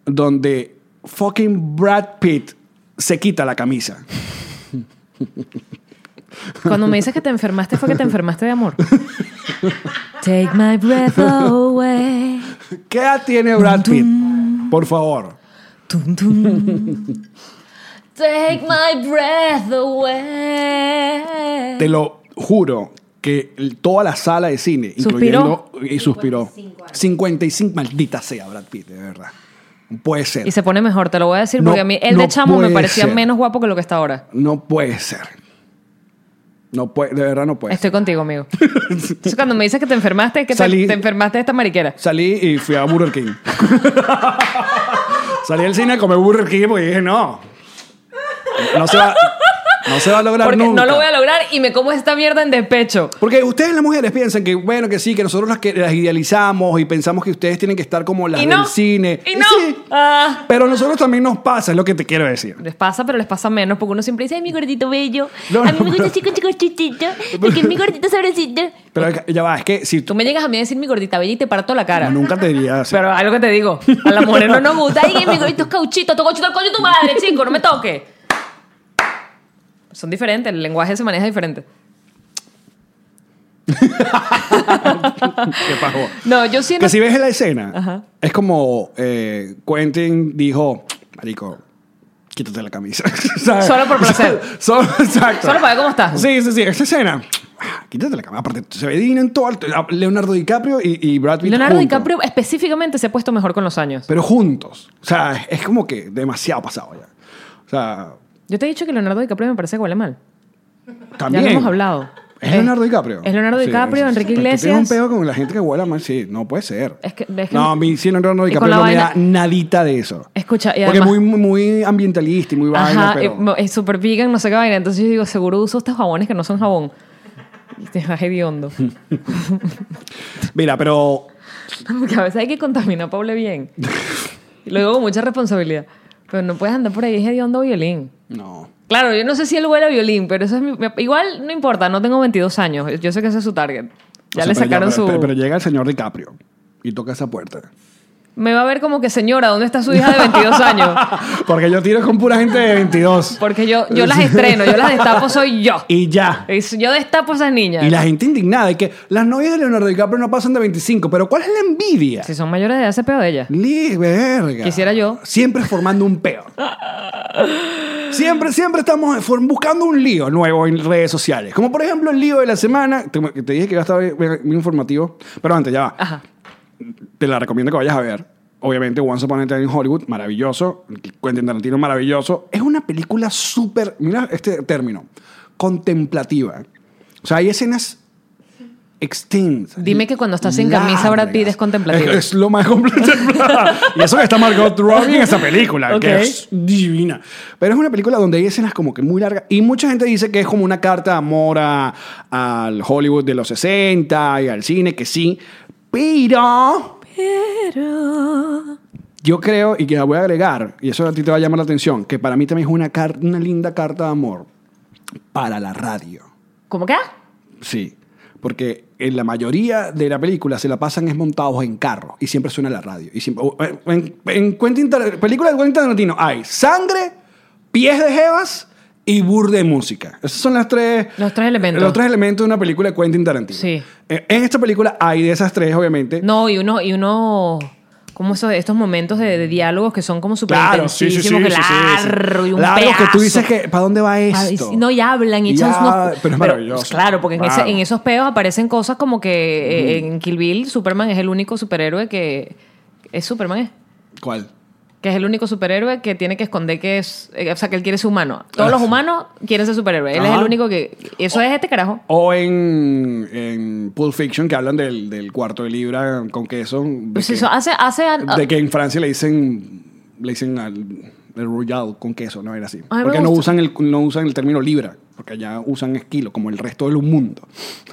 S1: donde fucking Brad Pitt se quita la camisa.
S2: Cuando me dices que te enfermaste, fue que te enfermaste de amor. Take my breath away.
S1: ¿Qué edad tiene Brad Pitt? Por favor.
S2: Tum, tum. Take my breath away.
S1: Te lo juro que el- toda la sala de cine,
S2: ¿Suspiró?
S1: incluyendo y suspiró. 55, maldita sea Brad Pitt, de verdad. No Puede ser.
S2: Y se pone mejor, te lo voy a decir,
S1: No,
S2: porque a mí el
S1: no
S2: de chamo me
S1: puede
S2: parecía
S1: ser.
S2: menos guapo que lo que está ahora.
S1: No puede ser. No puede, de verdad no puede.
S2: Estoy contigo, amigo. Entonces, cuando me dices que te enfermaste, es que te-
S1: Salí-
S2: te, enfermaste de esta mariquera.
S1: Salí y fui a Burger King. Salí al cine a comer Burger King porque dije, no. No se va, no se va a lograr
S2: Porque
S1: nunca.
S2: no lo voy a lograr y me como esta mierda en despecho.
S1: Porque ustedes las mujeres piensan que, bueno, que sí, que nosotros las, que, las idealizamos y pensamos que ustedes tienen que estar como las
S2: y no.
S1: del cine.
S2: Y no.
S1: Sí.
S2: Ah.
S1: Pero a nosotros también nos pasa, es lo que te quiero decir.
S2: Les pasa, pero les pasa menos, porque uno siempre dice, ay, mi gordito bello,
S1: No,
S2: a mí
S1: no,
S2: me
S1: pero-
S2: gusta chico, chico, chichito, porque mi gordito sobrecito.
S1: Pero ya va, es que si
S2: Tú
S1: tú
S2: me llegas a mí a decir mi gordita bella y te parto la cara.
S1: nunca te dirías...
S2: Pero algo que te digo, a las mujeres no nos gusta, ay, mi gordito es cauchito, tu cauchito, el coño de tu madre, chico, no me toques. Son diferentes, el lenguaje se maneja diferente.
S1: ¿Qué pasó?
S2: No, yo sí no-
S1: Que si ves la escena,
S2: Ajá.
S1: es como eh, Quentin dijo, marico, quítate la camisa. ¿Sabes?
S2: Solo por placer.
S1: Solo, exacto.
S2: Solo para ver cómo estás.
S1: Sí, sí, sí. Esta escena, ah, quítate la camisa. Aparte, se ve divino en todo. alto. ah, Leonardo DiCaprio y, y Brad Pitt
S2: Leonardo
S1: juntos.
S2: DiCaprio específicamente se ha puesto mejor con los años.
S1: Pero juntos. O sea, es como que demasiado pasado ya. O sea,
S2: Yo te he dicho que Leonardo DiCaprio me parece que huele mal.
S1: también...
S2: Ya lo hemos hablado.
S1: ¿Es Leonardo DiCaprio?
S2: Eh, Es Leonardo
S1: Sí, sí,
S2: DiCaprio,
S1: sí.
S2: Enrique
S1: Tú tienes
S2: Iglesias.
S1: un pedo con la gente que vuela más. Sí, no puede ser.
S2: Es que- es que-
S1: no, a mí sí Leonardo
S2: Y con
S1: DiCaprio
S2: la
S1: no me da
S2: vaina-
S1: nadita de eso.
S2: Escucha, y
S1: Porque
S2: además-
S1: muy, muy, muy ambientalista y muy vaina,
S2: Ajá,
S1: pero...
S2: eh, es súper vegan, no sé qué vaina. Entonces yo digo, seguro uso estos jabones que no son jabón. Y te vas hediondo.
S1: Mira, pero...
S2: Porque a veces hay que contaminar Paule bien. Y lo digo con mucha responsabilidad. Pero no puedes andar por ahí hediondo a violín.
S1: No.
S2: Claro, yo no sé si él huele a violín, pero eso es mi- mi- Igual no importa, no tengo 22 años. Yo sé que ese es su target. Ya
S1: O sea,
S2: le
S1: pero
S2: sacaron
S1: pero-
S2: su...
S1: Pero, pero llega el señor DiCaprio y toca esa puerta.
S2: Me va a ver como que, señora, ¿dónde está su hija de 22 años?
S1: Porque yo tiro con pura gente de 22.
S2: Porque yo, yo las estreno, yo las destapo, soy yo.
S1: Y ya.
S2: Es- Yo destapo a esas niñas.
S1: Y la gente indignada. Y que las novias de Leonardo DiCaprio no pasan de 25. Pero ¿cuál es la envidia?
S2: Si son mayores de edad, se peo de ellas.
S1: Li- verga.
S2: Quisiera yo.
S1: Siempre formando un peo. Siempre, siempre estamos for- buscando un lío nuevo en redes sociales. Como por ejemplo el lío de la semana. Te, te dije que iba a estar bien, bien informativo. Pero antes, ya va.
S2: Ajá.
S1: Te la recomiendo que vayas a ver. Obviamente, Once Upon a Time in Hollywood, maravilloso. Quentin Tarantino, maravilloso. Es una película súper, mira este término, contemplativa. O sea, hay escenas extensas.
S2: Dime que cuando estás sin camisa, Brad Pitt
S1: largas.
S2: es contemplativo.
S1: Es, es lo más contemplativo. y eso que está Margot Robbie en esa película,
S2: Ok.
S1: que es divina. Pero es una película donde hay escenas como que muy largas. Y mucha gente dice que es como una carta de amor a- al Hollywood de los 60 y al cine, que sí. Pero... Yo creo, y que la voy a agregar, y eso a ti te va a llamar la atención, que para mí también es una, car- una linda carta de amor para la radio.
S2: ¿Cómo que?
S1: Sí. Porque en la mayoría de la película se la pasan es montados en carros y siempre suena la radio. Y siempre, o- en en Quentin Tar- película de Quentin Tarantino hay sangre, pies de jevas y burde música. Esos son las tres,
S2: Los tres elementos.
S1: Los tres elementos de una película de Quentin Tarantino.
S2: Sí.
S1: En, en esta película hay de esas tres, obviamente.
S2: No, y uno, y uno, como eso, estos momentos de, de diálogos que son como súper
S1: Claro, sí, sí, sí,
S2: intensísimos, que
S1: sí, sí, sí.
S2: largo y un
S1: Largo que tú
S2: pedazo.
S1: dices que, ¿para dónde va
S2: Ah, y
S1: esto?
S2: si- No, y hablan y echan
S1: Ya,
S2: unos-
S1: Pero es maravilloso.
S2: pues, claro, porque en, ese-
S1: Claro.
S2: en esos peos aparecen cosas como que eh, en Kill Bill, Superman es el único superhéroe que. Es Superman, ¿eh?
S1: ¿Cuál?
S2: Que es el único superhéroe que tiene que esconder que es. eh, o sea, que él quiere ser humano. Todos
S1: Ah,
S2: los
S1: sí.
S2: humanos quieren ser superhéroe. Él es
S1: Ajá.
S2: el único que. Eso es este carajo.
S1: O en, en Pulp Fiction, que hablan del, del cuarto de libra con queso. De,
S2: Pues
S1: que,
S2: eso hace. hace an-
S1: de que en Francia le dicen, le dicen al, el royal con queso, no era así.
S2: Ay, me
S1: porque no
S2: gusta.
S1: usan, el, no usan el término libra, porque allá usan es kilo, como el resto del mundo.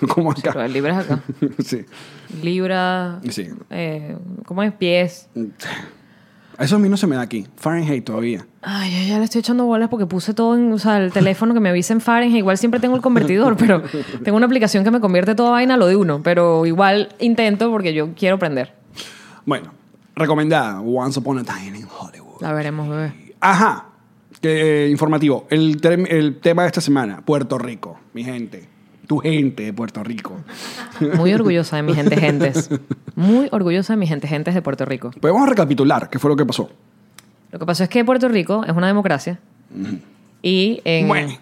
S1: como
S2: Pero
S1: acá.
S2: el libra es acá.
S1: sí.
S2: Libra.
S1: Sí.
S2: eh, ¿Cómo es? Pies.
S1: Eso a mí no se me da aquí. Fahrenheit todavía.
S2: Ay, ya, ya le estoy echando bolas porque puse todo en, o sea, el teléfono que me avisa en Fahrenheit. Igual siempre tengo el convertidor, pero tengo una aplicación que me convierte toda vaina a lo de uno. Pero igual intento porque yo quiero aprender.
S1: Bueno, recomendada. Once Upon a Time in Hollywood.
S2: La veremos, bebé.
S1: Ajá. Que, eh, informativo. El, term- el tema de esta semana, Puerto Rico, mi gente. Tu gente de Puerto Rico.
S2: Muy orgullosa de mi gente, gentes. Muy orgullosa de mi gente, gentes de Puerto Rico.
S1: Podemos Pues recapitular qué fue lo que pasó.
S2: Lo que pasa es que Puerto Rico es una democracia. Y en.
S1: Bueno,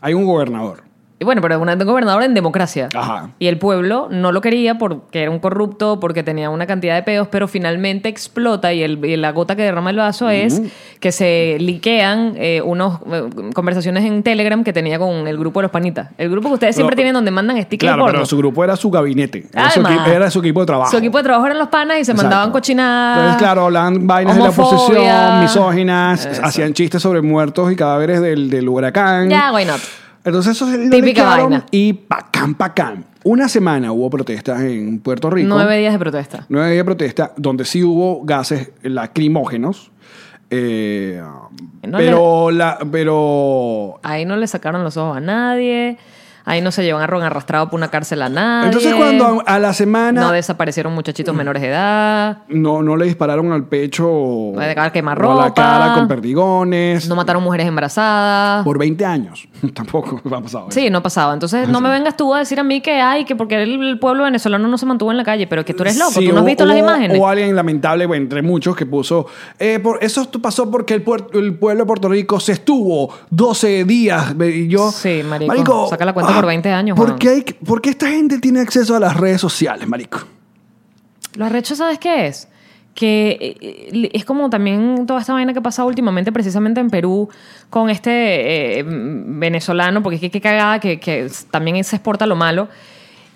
S1: hay un gobernador.
S2: Y bueno, pero era un gobernador en democracia.
S1: Ajá.
S2: Y el pueblo no lo quería porque era un corrupto, porque tenía una cantidad de peos, pero finalmente explota y, el- y la gota que derrama el vaso es que se liquean eh, unos eh, conversaciones en Telegram que tenía con el grupo de los panitas. El grupo que ustedes siempre
S1: Pero-
S2: tienen donde mandan stickers
S1: Claro, pero
S2: porno.
S1: su grupo era su gabinete. Era, su,
S2: Además,
S1: equi- era su equipo de trabajo.
S2: Su equipo de trabajo eran los panas y se
S1: Exacto.
S2: mandaban cochinadas.
S1: Entonces, claro, hablaban vainas de la
S2: homofobia.
S1: posesión, misóginas, hacían chistes sobre muertos y cadáveres del, del huracán.
S2: Ya, why not?
S1: Entonces eso se lo
S2: Típica
S1: liquidaron
S2: vaina.
S1: Y pacán, pacán. Una semana hubo protestas en Puerto Rico.
S2: Nueve días de protesta.
S1: Nueve días de protesta, donde sí hubo gases lacrimógenos. Eh,
S2: No
S1: pero, la, pero
S2: Ahí no le sacaron los ojos a nadie. Ahí no se llevaron arrastrado por una cárcel a nadie.
S1: Entonces, cuando a, a la semana
S2: No desaparecieron
S1: Mm.
S2: muchachitos menores de edad.
S1: no, no le dispararon al pecho o,
S2: No le dejaron quemar
S1: o a la
S2: ropa.
S1: cara con perdigones
S2: No mataron mujeres embarazadas.
S1: por Ah, 20 años. Tampoco ha pasado. eso.
S2: Sí, no pasaba. Entonces, no me vengas tú a decir a mí que hay, que porque el, el pueblo venezolano no se mantuvo en la calle, pero que tú eres loco,
S1: Sí,
S2: tú no has
S1: hubo-
S2: visto las
S1: hubo-
S2: imágenes.
S1: Hubo alguien lamentable, bueno, entre muchos, que puso, eh, por, eso esto pasó porque el, puer- el pueblo de Puerto Rico se estuvo 12 días. ve, Y yo, ah,
S2: Sí, marico, saca la cuenta por 20 años,
S1: ¿por
S2: Juan.
S1: qué, hay que- ¿Por qué esta gente tiene acceso a las redes sociales, marico?
S2: Lo arrecho, ¿sabes qué es? Que eh, eh, es como también toda esta vaina que ha pasado últimamente, precisamente en Perú, con este eh, mm, venezolano, porque qué, qué cagada, que, que s- también se exporta lo malo,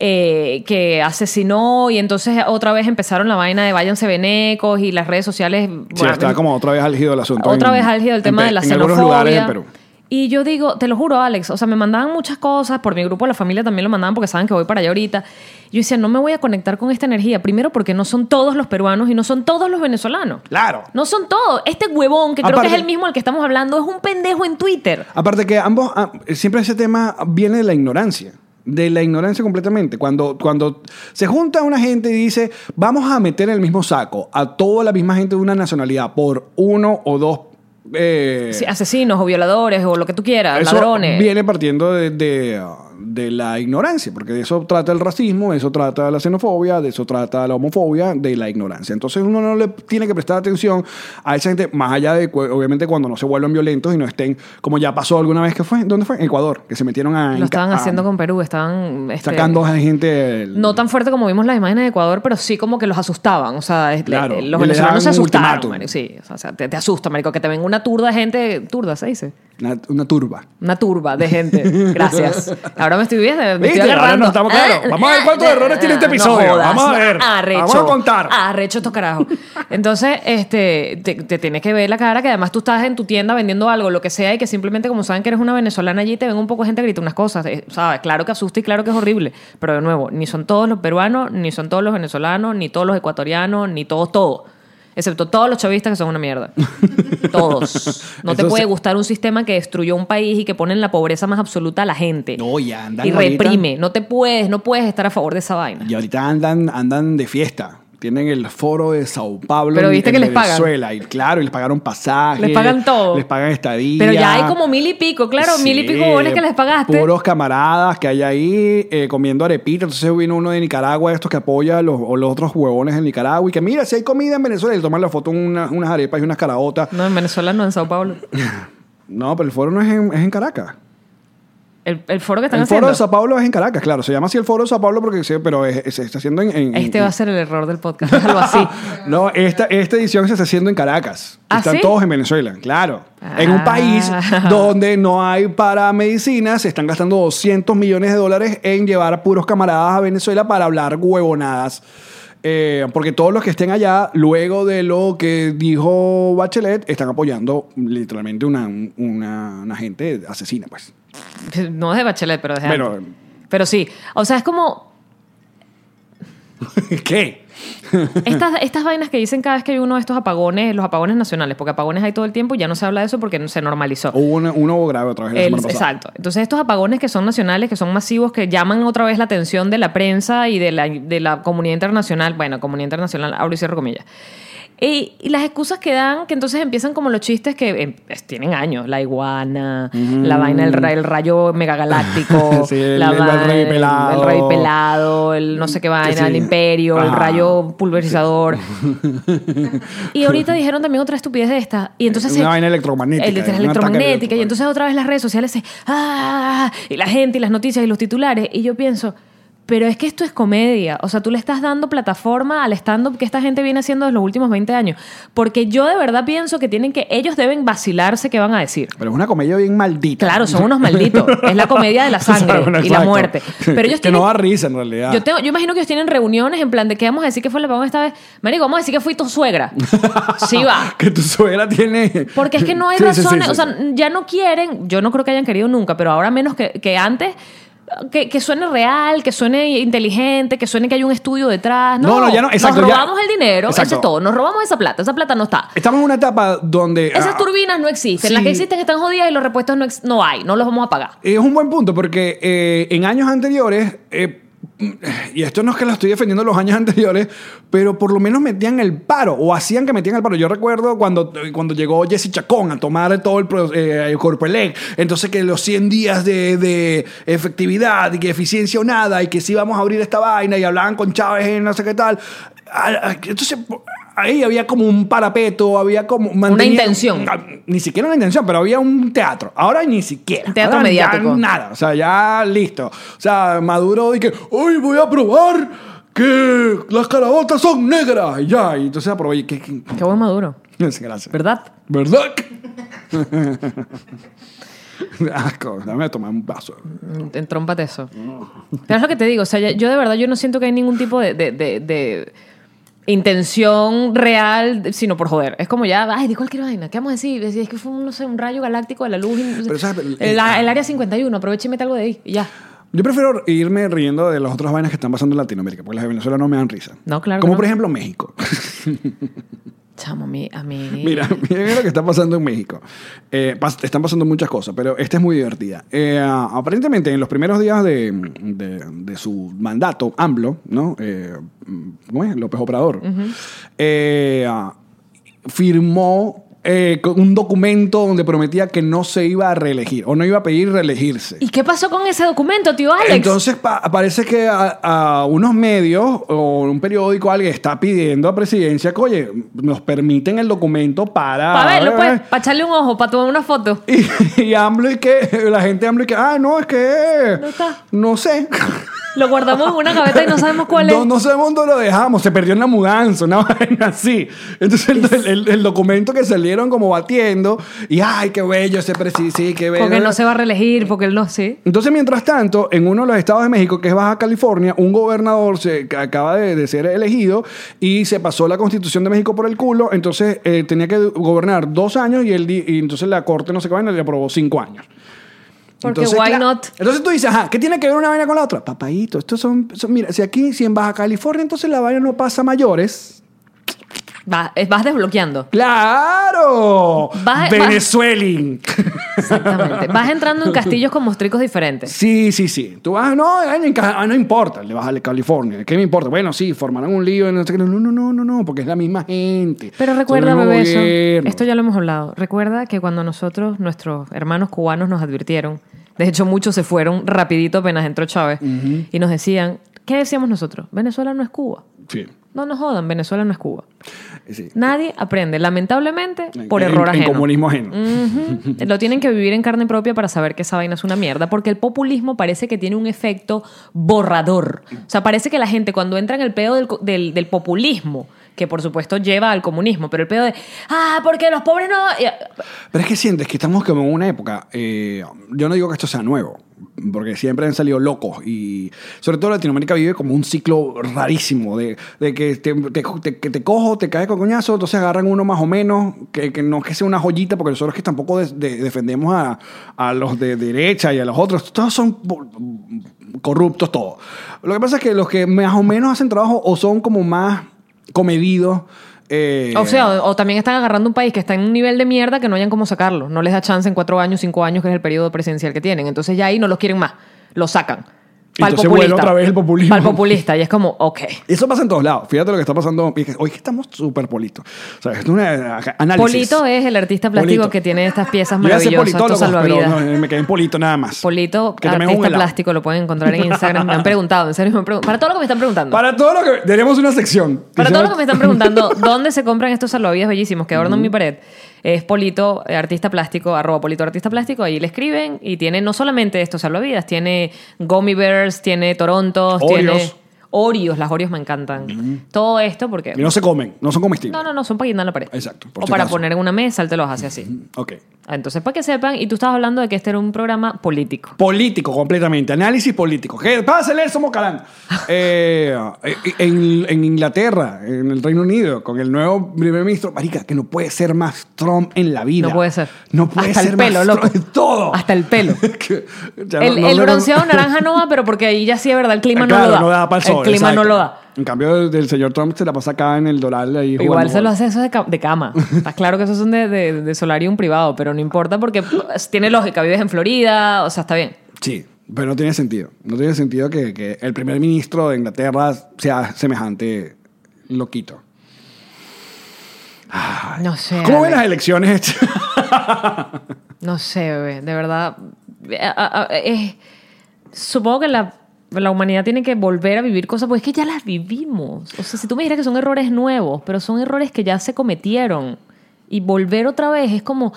S2: eh, que asesinó y entonces otra vez empezaron la vaina de váyanse venecos y las redes sociales.
S1: Sí,
S2: bueno,
S1: está como otra vez álgido el asunto.
S2: otra
S1: en-
S2: vez álgido el
S1: en
S2: tema
S1: Pe-
S2: de la
S1: En algunos
S2: xenofobia.
S1: lugares en Perú.
S2: Y yo digo, te lo juro, Alex, o sea, me mandaban muchas cosas, por mi grupo de la familia también lo mandaban porque saben que voy para allá ahorita. Yo decía, no me voy a conectar con esta energía, primero porque no son todos los peruanos y no son todos los venezolanos.
S1: Claro.
S2: No son todos. Este huevón, que creo
S1: Aparte-
S2: que es el mismo al que estamos hablando, es un pendejo en Twitter.
S1: Aparte que ambos, ah, siempre ese tema viene de la ignorancia. De la ignorancia completamente. Cuando, cuando se junta una gente y dice, vamos a meter en el mismo saco a toda la misma gente de una nacionalidad por uno o dos... eh,
S2: Sí, asesinos o violadores o lo que tú quieras,
S1: eso
S2: ladrones.
S1: Viene partiendo de, de, de la ignorancia, porque de eso trata el racismo, de eso trata la xenofobia, de eso trata la homofobia, de la ignorancia. Entonces uno no le tiene que prestar atención a esa gente, más allá de, cu- obviamente, cuando no se vuelvan violentos y no estén, como ya pasó alguna vez que fue, ¿dónde fue? En Ecuador, que se metieron a...
S2: Lo estaban
S1: a-
S2: haciendo con Perú, estaban este,
S1: Sacando a gente... del-
S2: No tan fuerte como vimos las imágenes de Ecuador, pero sí como que los asustaban. O sea, es-
S1: Claro,
S2: eh,
S1: y les
S2: los venezolanos se
S1: daban un
S2: asustaron.
S1: ultimátum.
S2: marico. Sí, o sea, te, te asusta, marico, que te venga una turba de gente. Turda, se dice.
S1: una, una turba.
S2: Una turba de gente. Gracias. Ahora me estoy viendo. Me estoy
S1: ¿Viste? Ahora
S2: agarrando. Ah.
S1: no estamos claros. Vamos a ver cuántos errores tiene este
S2: no
S1: episodio. Vamos a ver.
S2: Arrecho.
S1: Vamos a contar.
S2: Arrecho estos carajos. Entonces, este, te, te tienes que ver la cara que además tú estás en tu tienda vendiendo algo, lo que sea, y que simplemente como saben que eres una venezolana allí, te ven un poco de gente grita unas cosas. eh, ¿Sabes? Claro que asusta y claro que es horrible. Pero de nuevo, ni son todos los peruanos, ni son todos los venezolanos, ni todos los ecuatorianos, ni todos, todos. Excepto todos los chavistas que son una mierda. Todos. No te
S1: Entonces-
S2: puede gustar un sistema que destruyó un país y que pone en la pobreza más absoluta a la gente.
S1: No, y andan
S2: Y
S1: ahorita-
S2: reprime. No te puedes, no puedes estar a favor de esa vaina.
S1: Y ahorita andan, andan de fiesta. Tienen el foro de Sao Paulo
S2: Pero
S1: en-
S2: viste
S1: en
S2: que les pagan.
S1: Venezuela. Y claro, y les pagaron pasajes.
S2: Les pagan todo.
S1: Les pagan estadía.
S2: Pero ya hay como mil y pico, claro,
S1: Sí,
S2: mil y pico bolas que les pagaste.
S1: Puros camaradas que hay ahí eh, comiendo arepita. Entonces vino uno de Nicaragua, estos que apoya a los, o los otros huevones en Nicaragua. Y que mira, si hay comida en Venezuela, y le toman la foto una- unas arepas y unas caraotas.
S2: No, en Venezuela no, en Sao Paulo.
S1: No, pero el foro no es en, es en Caracas.
S2: El, el foro que están
S1: El foro
S2: haciendo.
S1: de Sao Paulo es en Caracas, claro. Se llama así el foro de Sao Paulo, porque, se- pero es- es- se está haciendo en. en-
S2: este
S1: en-
S2: va a ser el error del podcast, algo así.
S1: No, esta, esta edición se está haciendo en Caracas.
S2: ¿Ah,
S1: Están
S2: sí?
S1: todos en Venezuela, claro. En un
S2: Ah.
S1: país donde no hay paramedicina, se están gastando 200 millones de dólares en llevar a puros camaradas a Venezuela para hablar huevonadas. Eh, porque todos los que estén allá, luego de lo que dijo Bachelet, están apoyando literalmente una, una, una gente asesina, pues.
S2: No es de Bachelet, pero es de
S1: Bueno.
S2: antes. Pero sí. O sea, es como
S1: ¿Qué?
S2: Estas, estas vainas que dicen cada vez que hay uno de estos apagones, los apagones nacionales, porque apagones hay todo el tiempo y ya no se habla de eso porque no- se normalizó.
S1: Hubo una- uno grave otra vez la
S2: El-
S1: semana pasada.
S2: exacto. Entonces estos apagones que son nacionales, que son masivos, que llaman otra vez la atención de la prensa y de la, de la comunidad internacional, bueno, comunidad internacional, abro y cierro comillas. Y, y las excusas que dan, que entonces empiezan como los chistes que eh, es- tienen años, la iguana, la vaina, el, ra- el rayo megagaláctico,
S1: Sí, el-
S2: la
S1: el- el
S2: vaina-
S1: rey pelado.
S2: el rey pelado, el no sé qué vaina,
S1: sí.
S2: el imperio, el
S1: Ajá.
S2: rayo pollo, pulverizador. y ahorita dijeron también otra estupidez de esta. Y entonces
S1: Una
S2: se-
S1: vaina electromagnética,
S2: El-
S1: un ataque
S2: electromagnética.
S1: electromagnético.
S2: Y entonces otra vez las redes sociales se. ¡Ah! Y la gente y las noticias y los titulares. Y yo pienso. Pero es que esto es comedia. O sea, tú le estás dando plataforma al stand-up que esta gente viene haciendo desde los últimos 20 años. Porque yo de verdad pienso que tienen que. Ellos deben vacilarse qué van a decir.
S1: Pero es una comedia bien maldita.
S2: Claro, son unos malditos. Es la comedia de la sangre
S1: Bueno,
S2: y la
S1: exacto.
S2: muerte. Pero ellos
S1: que no
S2: tienen-
S1: da risa en realidad.
S2: yo, tengo, yo imagino que ellos tienen reuniones en plan de que vamos a decir que fue la pagón esta vez. Marico, vamos a decir que fui tu suegra. Sí va.
S1: Que tu suegra tiene.
S2: Porque es que no hay
S1: Sí, sí, sí,
S2: razones.
S1: sí,
S2: o sea,
S1: sí.
S2: ya no quieren. Yo no creo que hayan querido nunca, pero ahora menos que, que antes. Que, que suene real, que suene inteligente, que suene que hay un estudio detrás. No,
S1: No, no, ya no, exacto,
S2: nos
S1: ya.
S2: robamos el dinero, eso
S1: Exacto.
S2: es todo. Nos robamos esa plata, esa plata no está.
S1: Estamos en una etapa donde. ah,
S2: Esas turbinas no existen.
S1: sí.
S2: Las que existen están jodidas y los repuestos no, ex- no hay. No los vamos a pagar.
S1: Es un buen punto porque eh, en años anteriores, eh, y esto no es que lo estoy defendiendo los años anteriores, pero por lo menos metían el paro o hacían que metían el paro. Yo recuerdo cuando, cuando llegó Jesse Chacón a tomar todo el, pro- eh, el Corpoelec, entonces que los 100 días de, de efectividad y que eficiencia o nada y que sí vamos a abrir esta vaina y hablaban con Chávez en no sé qué tal. A- a- Entonces... Ahí había como un parapeto, había como... mantenía- Ah,
S2: intención.
S1: Ni siquiera una intención, pero había un teatro. Ahora ni siquiera.
S2: Teatro
S1: Ahora ya
S2: mediático.
S1: nada. O sea, ya listo. O sea, Maduro dice, hoy voy a probar que las carabotas son negras. Y ya, y entonces aprobé. Que, que-
S2: Qué buen maduro,
S1: Gracias.
S2: ¿verdad?
S1: ¿Verdad? Asco, dame a tomar un vaso.
S2: Entrómpate Mm, eso. Pero es lo que te digo, o sea, ya- yo de verdad yo no siento que hay ningún tipo de, de- de- de intención real, de- sino por joder. Es como ya, ay, dijo cualquier vaina, ¿qué vamos a decir? Es es que fue, un, no sé, un rayo galáctico de la luz. y no sé-
S1: Pero, ¿sabes?
S2: el, la- el área 51, aprovecha y mete algo de ahí, y ya.
S1: Yo prefiero irme riendo de las otras vainas que están pasando en Latinoamérica, porque las de Venezuela no me dan risa.
S2: No, claro que
S1: Como
S2: no.
S1: por ejemplo México.
S2: Chamo, a mí. A mí
S1: Mira, miren lo que está pasando en México. Eh, pas- están pasando muchas cosas, pero esta es muy divertida. Eh, aparentemente, en los primeros días de, de- de su mandato, AMLO, ¿no? Eh, ¿Cómo es? López Obrador. eh, ah, firmó eh, con un documento donde prometía que no se iba a reelegir o no iba a pedir reelegirse.
S2: ¿Y qué pasó con ese documento, tío Alex?
S1: Entonces pa- parece que a, a unos medios o un periódico alguien está pidiendo a presidencia que, oye, nos permiten el documento para...
S2: para verlo,
S1: eh,
S2: pues, para echarle un ojo, para tomar una foto.
S1: Y, y AMLO y que la gente AMLO y que, ah, no, es que...
S2: No está.
S1: No sé.
S2: Lo guardamos en una gaveta y no sabemos cuál es.
S1: No, no sabemos dónde lo dejamos, se perdió en la mudanza, una vaina así. Entonces el, el- el documento que salieron como batiendo y, ay, qué bello ese presidente, sí, qué bello.
S2: Porque no se va a reelegir, porque él no sé.
S1: Entonces, mientras tanto, en uno de los estados de México, que es Baja California, un gobernador se que acaba de, de ser elegido y se pasó la constitución de México por el culo. Entonces, eh, tenía que gobernar dos años y, él di- y entonces la corte no sé qué vaina le aprobó cinco años.
S2: Porque why
S1: cla-
S2: not?
S1: Entonces tú dices, ajá, ¿qué tiene que ver una vaina con la otra? Papadito, estos son, son- Mira, si aquí, si en Baja California, entonces la vaina no pasa a mayores.
S2: Va- eh, vas desbloqueando.
S1: ¡Claro!
S2: Baja-
S1: Venezueling.
S2: Exactamente. Vas entrando en castillos con mostricos diferentes.
S1: Sí, sí, sí. Tú vas, no, ay, en Ca- ah, no importa, le vas a California. ¿Qué me importa? Bueno, sí, formarán un lío. No, sé qué. no, no, no, no, no, porque es la misma gente.
S2: Pero
S1: Son
S2: recuerda,
S1: el mismo
S2: bebé, eso.
S1: gobierno.
S2: Esto ya lo hemos hablado. Recuerda que cuando nosotros, nuestros hermanos cubanos, nos advirtieron, de hecho, muchos se fueron rapidito apenas entró Chávez, y nos decían, ¿qué decíamos nosotros? Venezuela no es Cuba.
S1: Sí,
S2: No nos jodan, Venezuela no es Cuba.
S1: sí.
S2: Nadie aprende, lamentablemente, por
S1: En-
S2: error
S1: en,
S2: ajeno. Mm.
S1: comunismo ajeno.
S2: Ujú. Lo tienen que vivir en carne propia para saber que esa vaina es una mierda, porque el populismo parece que tiene un efecto borrador. O sea, parece que la gente cuando entra en el pedo del, co- del- del populismo, que por supuesto lleva al comunismo, pero el pedo de, ah, porque los pobres no... y-
S1: Pero es que sientes que estamos como en una época. eh, yo no digo que esto sea nuevo, porque siempre han salido locos y sobre todo Latinoamérica vive como un ciclo rarísimo de, de que, te, te- te- que te cojo, te caes con coñazo, entonces agarran uno más o menos, que, que no es que sea una joyita, porque nosotros que tampoco de- de- defendemos a, a los de derecha y a los otros, todos son po- corruptos todos. Lo que pasa es que los que más o menos hacen trabajo o son como más comedidos. eh,
S2: O sea, o, o también están agarrando un país que está en un nivel de mierda que no hayan cómo sacarlo. No les da chance en cuatro años, cinco años, que es el periodo presidencial que tienen. Entonces ya ahí no los quieren más. Los sacan.
S1: Y entonces vuelve otra vez el populismo.
S2: Para el populista. Y es como, ok.
S1: Eso pasa en todos lados. Fíjate lo que está pasando. Y es que Hoy que estamos súper politos. O sea, es una acá, análisis.
S2: Polito es el artista plástico
S1: Polito.
S2: que tiene estas piezas
S1: Yo iba a decir
S2: maravillosas, estos
S1: politólogo, pero
S2: salvavidas.
S1: no, eh, me quedé en polito nada más.
S2: Polito,
S1: Que también es un
S2: artista
S1: helado.
S2: plástico, lo pueden encontrar en Instagram. Me han preguntado, en serio, me han preguntado. Para todo lo que me están preguntando. Para,
S1: Para todo lo que... Tenemos una sección.
S2: todo lo que me están preguntando, ¿dónde se compran estos salvavidas bellísimos que adornan mi pared? Es Polito, eh, artista plástico, arroba Polito, artista plástico. Ahí le escriben y tiene no solamente estos salvavidas, tiene Gummy Bears, tiene Torontos,
S1: Oreos.
S2: tiene Oreos. Las Oreos me encantan. Todo esto porque...
S1: Y no se comen. No son comestibles.
S2: No, no, no, son para guindar la pared.
S1: Exacto, por
S2: O
S1: si
S2: para
S1: acaso.
S2: poner en una mesa, él te los hace así.
S1: Ok.
S2: Entonces, para que sepan, y tú estabas hablando de que este era un programa político.
S1: Político, completamente. Análisis político. ¿Qué? Pásale eso, Mocalán. Eh, en, en Inglaterra, en el Reino Unido, con el nuevo primer ministro. Marica, que no puede ser más Trump en la vida.
S2: No puede ser.
S1: No puede
S2: Hasta el
S1: ser
S2: pelo,
S1: más
S2: loco.
S1: Trump. Todo.
S2: Hasta el pelo.
S1: Que- ya no-
S2: El,
S1: no
S2: el
S1: sé-
S2: bronceado naranja no va, pero porque ahí ya sí es verdad, el clima
S1: Claro,
S2: no lo da.
S1: no da para el sol.
S2: clima
S1: exacto.
S2: no lo da.
S1: En cambio, el, el señor Trump se la pasa acá en el dólar. Ahí
S2: Igual
S1: jugando
S2: se lo
S1: golf.
S2: hace eso de, ca- de cama. Está claro que esos son de, de- de solarium privado, pero no importa porque pues, tiene lógica. Vives en Florida, o sea, está bien.
S1: Sí, pero no tiene sentido. No tiene sentido que, que el primer ministro de Inglaterra sea semejante loquito.
S2: No sé.
S1: ¿Cómo ven
S2: Ale.
S1: las elecciones?
S2: No sé, bebé, de verdad. eh, ah, ah, eh, supongo que la, la humanidad tiene que volver a vivir cosas, porque es que ya las vivimos. O sea, si tú me dijeras que son errores nuevos, pero son errores que ya se cometieron. Y volver otra vez es como,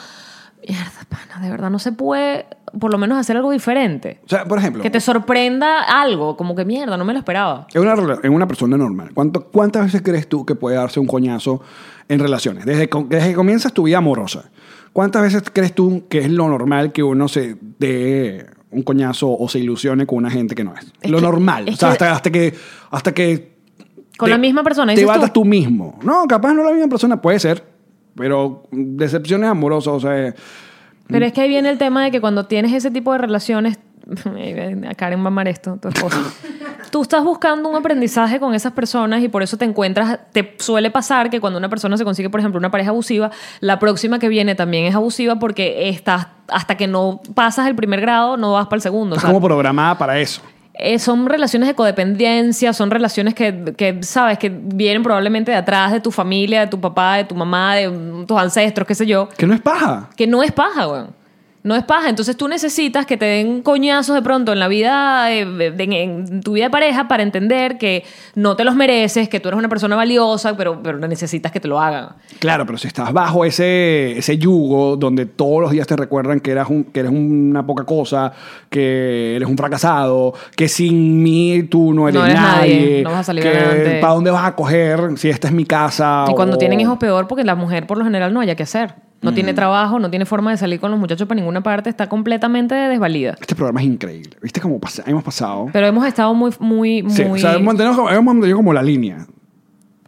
S2: mierda, pana, de verdad no se puede por lo menos hacer algo diferente.
S1: O sea, por ejemplo,
S2: Que te sorprenda algo, como que mierda, no me lo esperaba.
S1: en una, rela- en una persona normal, ¿cuánto, ¿cuántas veces crees tú que puede darse un coñazo en relaciones? Desde, con- desde que comienzas tu vida amorosa, ¿cuántas veces crees tú que es lo normal que uno se dé un coñazo o se ilusione con una gente que no es?
S2: Es
S1: lo
S2: que-
S1: normal.
S2: es
S1: O sea,
S2: que-
S1: hasta, hasta que... Hasta que
S2: Con
S1: te-
S2: la misma persona,
S1: Te
S2: dices tú.
S1: batas tú mismo. No, capaz no la misma persona, puede ser. Pero mm, decepciones amorosas, o sea...
S2: Pero es que ahí viene el tema de que cuando tienes ese tipo de relaciones, a Karen mamar esto, tu esposa, tú estás buscando un aprendizaje con esas personas y por eso te encuentras, te suele pasar que cuando una persona se consigue, por ejemplo, una pareja abusiva, la próxima que viene también es abusiva porque estás, hasta que no pasas el primer grado, no vas para el segundo. O
S1: Estás
S2: sea,
S1: como programada para eso.
S2: eh, son relaciones de codependencia, son relaciones que, que, sabes, que vienen probablemente de atrás, de tu familia, de tu papá, de tu mamá, de mm, tus ancestros, qué sé yo
S1: Que no es paja.
S2: que no es paja, weón. No es paja. Entonces tú necesitas que te den coñazos de pronto en la vida, eh, de- en, en tu vida de pareja, para entender que no te los mereces, que tú eres una persona valiosa, pero, pero necesitas que te lo hagan.
S1: Claro, pero si estás bajo ese, ese yugo donde todos los días te recuerdan que, eras un, que eres una poca cosa, que eres un fracasado, que sin mí tú no eres,
S2: No eres
S1: nadie,
S2: nadie, no vas a salir adelante.
S1: que para dónde vas a coger si esta es mi casa.
S2: Y cuando
S1: o-
S2: tienen hijos, peor, porque la mujer por lo general no haya que hacer. No tiene trabajo, no tiene forma de salir con los muchachos para ninguna parte, está completamente desvalida.
S1: Este programa es increíble. ¿Viste cómo pasa- hemos pasado?
S2: Pero hemos estado muy, muy, muy...
S1: Sí, o sea, hemos mantenido, como- hemos mantenido como la línea.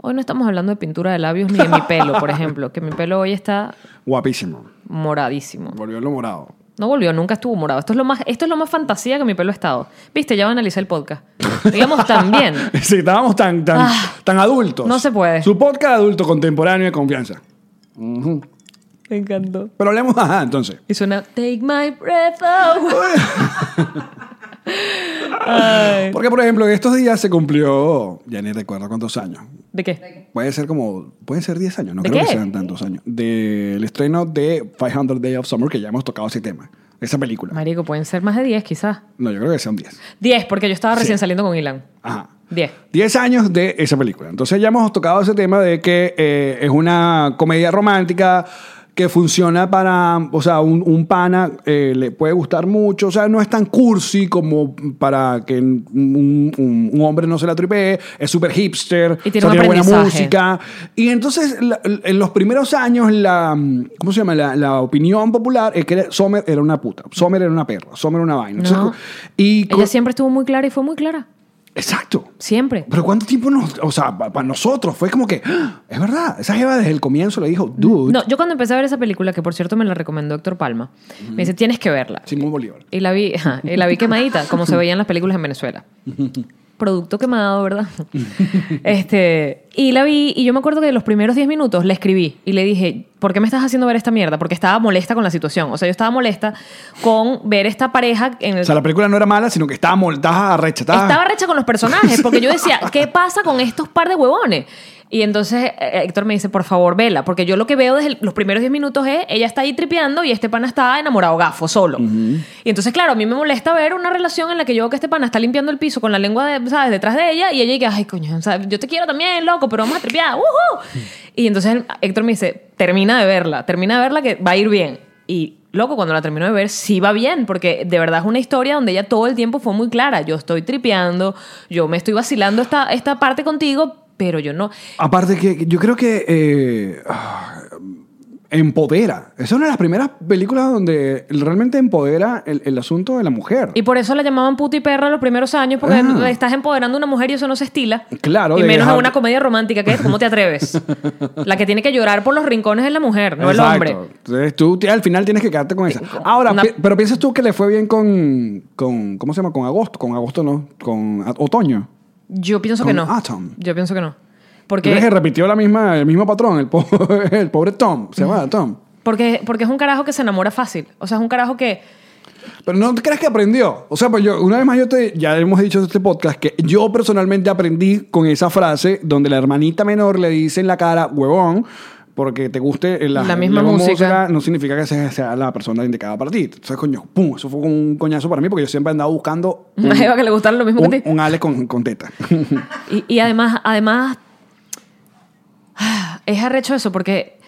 S2: Hoy no estamos hablando de pintura de labios ni de mi pelo, por ejemplo, que mi pelo hoy está
S1: Guapísimo.
S2: moradísimo.
S1: Volvió lo morado.
S2: No volvió, nunca estuvo morado. Esto es lo más, esto es lo más fantasía que mi pelo ha estado. Viste, ya analicé el podcast. Digamos también.
S1: Sí, estábamos tan, tan,
S2: Ah,
S1: tan adultos.
S2: no se puede.
S1: Su podcast adulto contemporáneo de confianza.
S2: Me encantó.
S1: Pero hablemos, ajá, entonces.
S2: Y suena Take my breath away. Ay.
S1: Porque, por ejemplo, en estos días se cumplió, ya ni recuerdo cuántos años.
S2: ¿De qué?
S1: Puede ser como, pueden ser 10 años, no
S2: ¿De
S1: creo que
S2: qué?
S1: sean tantos años. Del estreno de 500 Days of Summer, que ya hemos tocado ese tema, esa película.
S2: Marico, pueden ser más de 10 quizás.
S1: No, yo creo que son 10.
S2: 10, porque yo estaba recién saliendo con Ilan.
S1: Ajá.
S2: 10.
S1: 10 años de esa película. Entonces ya hemos tocado ese tema de que eh, es una comedia romántica que funciona para, o sea, un, un pana eh, le puede gustar mucho, o sea, no es tan cursi como para que un, un- un hombre no se la tripee, es súper hipster,
S2: Y tiene
S1: o sea,
S2: un
S1: buena
S2: aprendizaje.
S1: música. Y entonces la- en los primeros años la, ¿cómo se llama? La, la opinión popular es que Sommer era una puta, Sommer era una perra, Sommer era una vaina.
S2: No.
S1: Entonces, y
S2: Ella siempre estuvo muy clara y fue muy clara.
S1: Exacto.
S2: Siempre.
S1: Pero ¿cuánto tiempo nos.? O sea, para nosotros fue como que. ¡ah! Es verdad. Esa Jeva desde el comienzo le dijo, dude,
S2: No, yo cuando empecé a ver esa película, que por cierto me la recomendó Héctor Palma, me dice, tienes que verla.
S1: Simón Bolívar.
S2: Y la vi, ajá, y la vi quemadita, como se veía en las películas en Venezuela. producto quemado, ¿verdad? este, y la vi y yo me acuerdo que de los primeros 10 minutos le escribí y le dije, ¿por qué me estás haciendo ver esta mierda? Porque estaba molesta con la situación. O sea, yo estaba molesta con ver esta pareja en el...
S1: O sea, la película no era mala, sino que estaba moldaja, arrecha. estaba-
S2: Estaba recha con los personajes, porque yo decía, ¿qué pasa con estos par de huevones? Y entonces eh, Héctor me dice, por favor, vela, porque yo lo que veo desde el- los primeros 10 minutos es, ella está ahí tripeando y este pana está enamorado gafo, solo. Y entonces, claro, a mí me molesta ver una relación en la que yo veo que este pana está limpiando el piso con la lengua, de- ¿sabes?, detrás de ella y ella dice, ay, coño, o sea, yo te quiero también, loco, pero vamos a tripear, ¡ujú! Y entonces Héctor me dice, termina de verla, termina de verla que va a ir bien. Y loco, cuando la termino de ver, sí va bien, porque de verdad es una historia donde ella todo el tiempo fue muy clara. Yo estoy tripeando, yo me estoy vacilando esta, esta parte contigo, pero yo no.
S1: Aparte que yo creo que eh, ah, empodera. Esa es una de las primeras películas donde realmente empodera el, el asunto de la mujer.
S2: Y por eso la llamaban puta y perra los primeros años, porque
S1: Ah.
S2: estás empoderando a una mujer y eso no se estila.
S1: Claro,
S2: Y
S1: de
S2: menos a
S1: dejar-
S2: una comedia romántica, que es ¿cómo te atreves? la que tiene que llorar por los rincones es la mujer, no
S1: Exacto.
S2: el hombre.
S1: Entonces tú ti- al final tienes que quedarte con esa. Ahora,
S2: una-
S1: pi- pero piensas tú que le fue bien con, con ¿cómo se llama? Con agosto, con agosto no, con a- otoño.
S2: Yo pienso que
S1: Con
S2: no.
S1: Atom.
S2: Yo pienso que no.
S1: ¿Tú crees que
S2: Porque,
S1: repitió la misma, el mismo patrón, el, po- el pobre Tom, se llama Tom.
S2: porque, porque es un carajo que se enamora fácil. O sea, es un carajo que...
S1: Pero no crees que aprendió. O sea, pues yo, una vez más, yo te, ya hemos dicho en este podcast que yo personalmente aprendí con esa frase donde la hermanita menor le dice en la cara, huevón, porque te guste la,
S2: La misma música.
S1: no significa que sea, sea la persona indicada para ti. Entonces, coño, pum, eso fue como un coñazo para mí porque yo siempre andaba buscando
S2: Una jeva que le gustara lo mismo que a
S1: un,
S2: ti.
S1: un Ale con, con teta.
S2: Y, y además, además, es arrecho eso, porque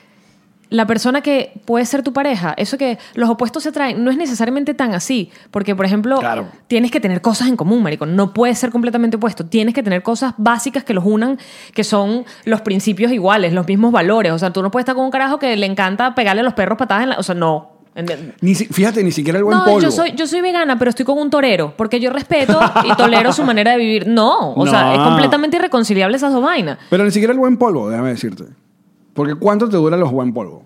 S2: la persona que puede ser tu pareja, eso que los opuestos se traen, no es necesariamente tan así. Porque, por ejemplo,
S1: Claro.
S2: tienes que tener cosas en común, marico. No puedes ser completamente opuesto. Tienes que tener cosas básicas que los unan, que son los principios iguales, los mismos valores. O sea, tú no puedes estar con un carajo que le encanta pegarle a los perros patadas en la... O sea, no. ¿Entiendes?
S1: Ni si- fíjate, ni siquiera el buen
S2: No,
S1: polvo.
S2: yo soy, yo soy vegana, pero estoy con un torero, porque yo respeto y tolero su manera de vivir. No, o sea, es
S1: No.
S2: completamente irreconciliable esas dos vainas.
S1: Pero ni siquiera el buen polvo, déjame decirte. Porque ¿cuánto te duran los buen polvo?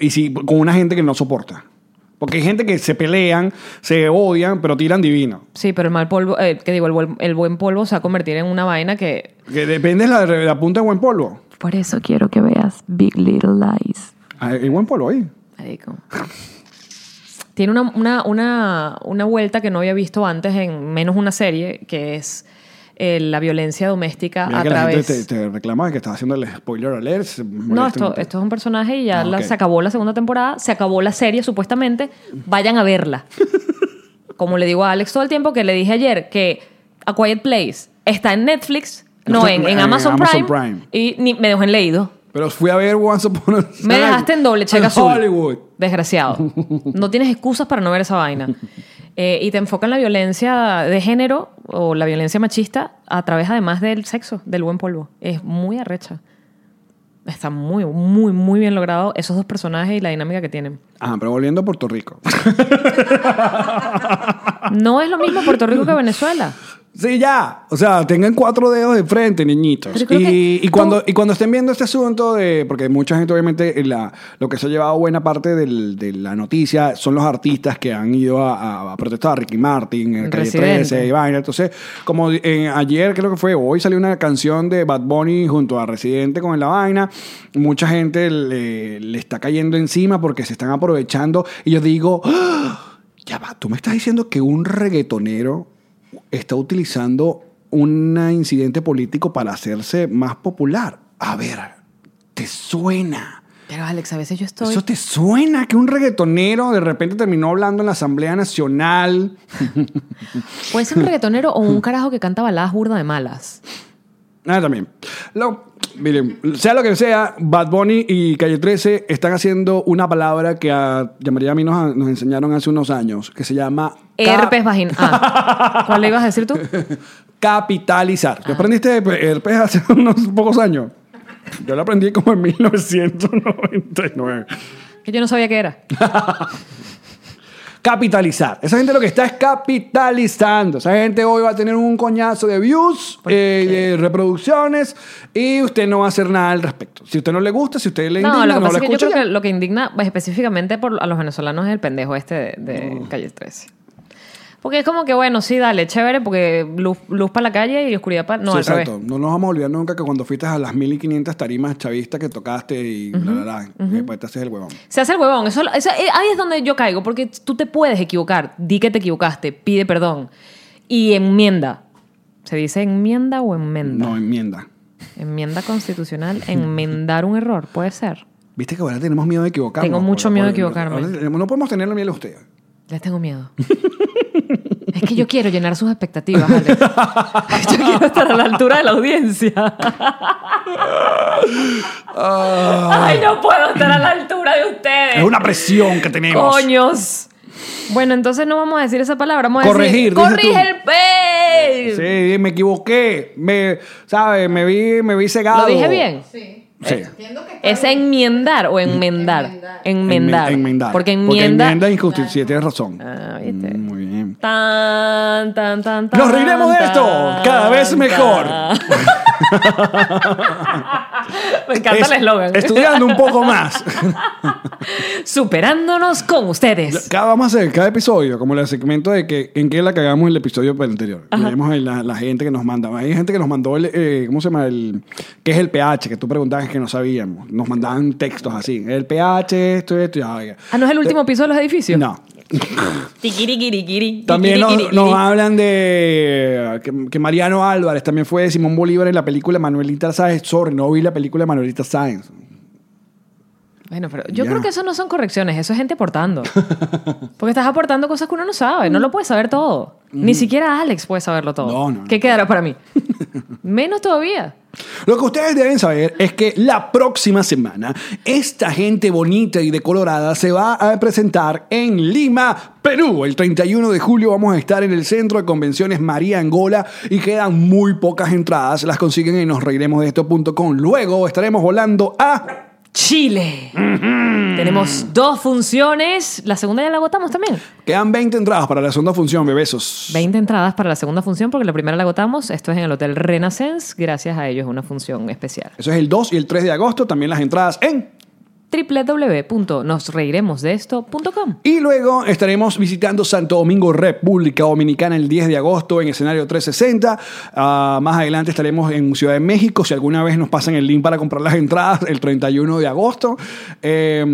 S1: Y si con una gente que no soporta. Porque hay gente que se pelean, se odian, pero tiran divino.
S2: Sí, pero el mal polvo, eh, que digo, el, buen- el buen polvo se va a convertir en una vaina que...
S1: Que depende de la, de la punta de buen polvo.
S4: Por eso quiero que veas Big Little Lies.
S1: Hay hay buen polvo ahí.
S2: marico. Tiene una, una, una, una vuelta que no había visto antes en menos una serie, que es eh, la violencia doméstica
S1: Mira
S2: a
S1: que la
S2: través...
S1: gente te, te reclama que estás haciendo el spoiler alert. se
S2: No,
S1: molesta
S2: esto,
S1: mucho.
S2: esto es un personaje y ya
S1: Ah,
S2: la-
S1: ok.
S2: se acabó la segunda temporada, se acabó la serie supuestamente, vayan a verla. Como le digo a Alex todo el tiempo que le dije ayer que A Quiet Place está en Netflix, no,
S1: No,
S2: en, en
S1: en
S2: Amazon,
S1: eh, Amazon
S2: Prime,
S1: Prime.
S2: y ni, me dejó en leído.
S1: Pero fui a ver Once Upon a
S2: Me dejaste en doble cheque
S1: en
S2: azul.
S1: Hollywood.
S2: Desgraciado. No tienes excusas para no ver esa vaina. Eh, y te enfoca en la violencia de género o la violencia machista a través además del sexo, del buen polvo. Es muy arrecha. Está muy, muy, muy bien logrado esos dos personajes y la dinámica que tienen.
S1: Ajá, pero volviendo a Puerto Rico.
S2: No es lo mismo Puerto Rico que Venezuela.
S1: Sí, ya. O sea, tengan cuatro dedos de frente, niñitos.
S2: Pero creo
S1: Y,
S2: que
S1: y cuando,
S2: tú-
S1: y cuando estén viendo este asunto de... Porque mucha gente, obviamente, la, lo que se ha llevado buena parte del- de la noticia son los artistas que han ido a, a- a protestar. Ricky Martin, en Calle
S2: Residente.
S1: 13, y vaina. Entonces, como eh, ayer creo que fue, hoy salió una canción de Bad Bunny junto a Residente con La Vaina. Mucha gente le, le está cayendo encima porque se están aprovechando. Y yo digo... ¡Ah! Ya va, tú me estás diciendo que un reggaetonero está utilizando un incidente político para hacerse más popular. A ver, ¿te suena?
S2: Pero Alex, a veces yo estoy...
S1: ¿Eso te suena que un reggaetonero de repente terminó hablando en la Asamblea Nacional?
S2: Puede ser un reggaetonero o un carajo que canta baladas burda de malas.
S1: Ah, también. Lo- miren, sea lo que sea, Bad Bunny y Calle 13 están haciendo una palabra que a Yamaría a mí nos, nos enseñaron hace unos años, que se llama... ca-
S2: Herpes vagina. Ah, ¿Cuál le ibas a decir tú?
S1: capitalizar.
S2: Ah.
S1: ¿Te aprendiste herpes hace unos pocos años? Yo lo aprendí como en 1999.
S2: Que yo no sabía qué era.
S1: Capitalizar. Esa gente lo que está es capitalizando. Esa gente hoy va a tener un coñazo de views, eh, de reproducciones, y usted no va a hacer nada al respecto. Si a usted no le gusta, si a usted le
S2: No,
S1: indigna,
S2: lo que
S1: no
S2: pasa
S1: la
S2: es que yo
S1: escucha
S2: creo
S1: ya.
S2: que lo que indigna pues, específicamente por, a los venezolanos es el pendejo este de, de Calle 13. Porque es como que, bueno, sí, dale, chévere, porque luz, luz para la calle y oscuridad para... No,
S1: Sí,
S2: al revés.
S1: No nos vamos a olvidar nunca que cuando fuiste a las 1500 tarimas chavistas que tocaste y la la la, que después eh, pues te haces el huevón.
S2: Se hace el huevón. Eso, eso- eh, ahí es donde yo caigo, porque tú te puedes equivocar. Di que te equivocaste, pide perdón. Y enmienda. ¿Se dice enmienda o enmenda?
S1: No, enmienda.
S2: Enmienda constitucional, enmendar un error, puede ser.
S1: Viste que ahora tenemos miedo de equivocarnos.
S2: Tengo mucho
S1: Ahora-
S2: miedo de
S1: ahora-
S2: equivocarme.
S1: ahora tenemos- no podemos tenerle miedo a ustedes.
S2: Les tengo miedo. es que yo quiero llenar sus expectativas, Alex. yo quiero estar a la altura de la audiencia. Ay, no puedo estar a la altura de ustedes.
S1: Ah, Es una presión que tenemos.
S2: Coños. Bueno, entonces no vamos a decir esa palabra. Vamos a
S1: Corregir, dices
S2: decir. Corrige
S1: tú.
S2: el pez.
S1: Sí, me equivoqué. Me, ¿sabes? Me vi, me vi
S2: ¿Lo
S1: cegado.
S2: dije bien? Eh,
S5: Sí.
S1: Sí.
S5: Entiendo que
S2: Es enmendar o enmendar. Enmendar.
S1: Enmen- Enmendar.
S2: Porque enmienda.
S1: enmienda es injusticia. Sí, tienes razón.
S2: Ah, ¿viste?
S1: Mm, Muy bien.
S2: Tan, tan, tan, tan.
S1: Nos reiremos de esto.
S2: tan,
S1: Cada vez
S2: tan.
S1: mejor.
S2: Me encanta
S1: Es-
S2: el eslogan.
S1: Estudiando un poco más.
S2: Superándonos con ustedes.
S1: Cada, vamos a hacer cada episodio, como el segmento de que en qué la cagamos en el episodio anterior. Leemos ahí la, la gente que nos manda. Hay gente que nos mandó, el, eh, ¿cómo se llama? El, ¿Qué es el pH? Que tú preguntabas que no sabíamos. Nos mandaban textos así. El pH, esto, esto, ya, ya.
S2: Ah, ¿no es el último piso de los edificios?
S1: Eh, No.
S2: Tiquiriquiriquiri,
S1: También nos,
S2: tiquiriquiriquiri.
S1: nos hablan de que, que Mariano Álvarez también fue de Simón Bolívar en la película Manuelita Sáenz. Sorry, no vi la película de Manuelita Sáenz.
S2: Bueno, pero yo
S1: Ya.
S2: creo que eso no son correcciones, eso es gente aportando. Porque estás aportando cosas que uno no sabe, no lo puede saber todo. Ni siquiera Alex puede saberlo todo.
S1: Mm. No, no, no.
S2: ¿Qué quedará para mí? Menos todavía.
S1: Lo que ustedes deben saber es que la próxima semana esta gente bonita y decolorada se va a presentar en Lima, Perú. El 31 de julio vamos a estar en el Centro de Convenciones María Angola y quedan muy pocas entradas. Las consiguen en nosreigremosdeesto.com. Luego estaremos volando a...
S2: Chile. Tenemos dos funciones. La segunda ya la agotamos también.
S1: Quedan 20 entradas para la segunda función, bebesos.
S2: 20 entradas para la segunda función porque la primera la agotamos. Esto es en el Hotel Renaissance. Gracias a ellos es una función especial.
S1: Eso es el 2 y el 3 de agosto. También las entradas en...
S2: www.nosreiremosdeesto.com
S1: Y luego estaremos visitando Santo Domingo, República Dominicana, el 10 de agosto en escenario 360. Ah, más adelante estaremos en Ciudad de México. Si alguna vez nos pasan el link para comprar las entradas, el 31 de agosto. Eh,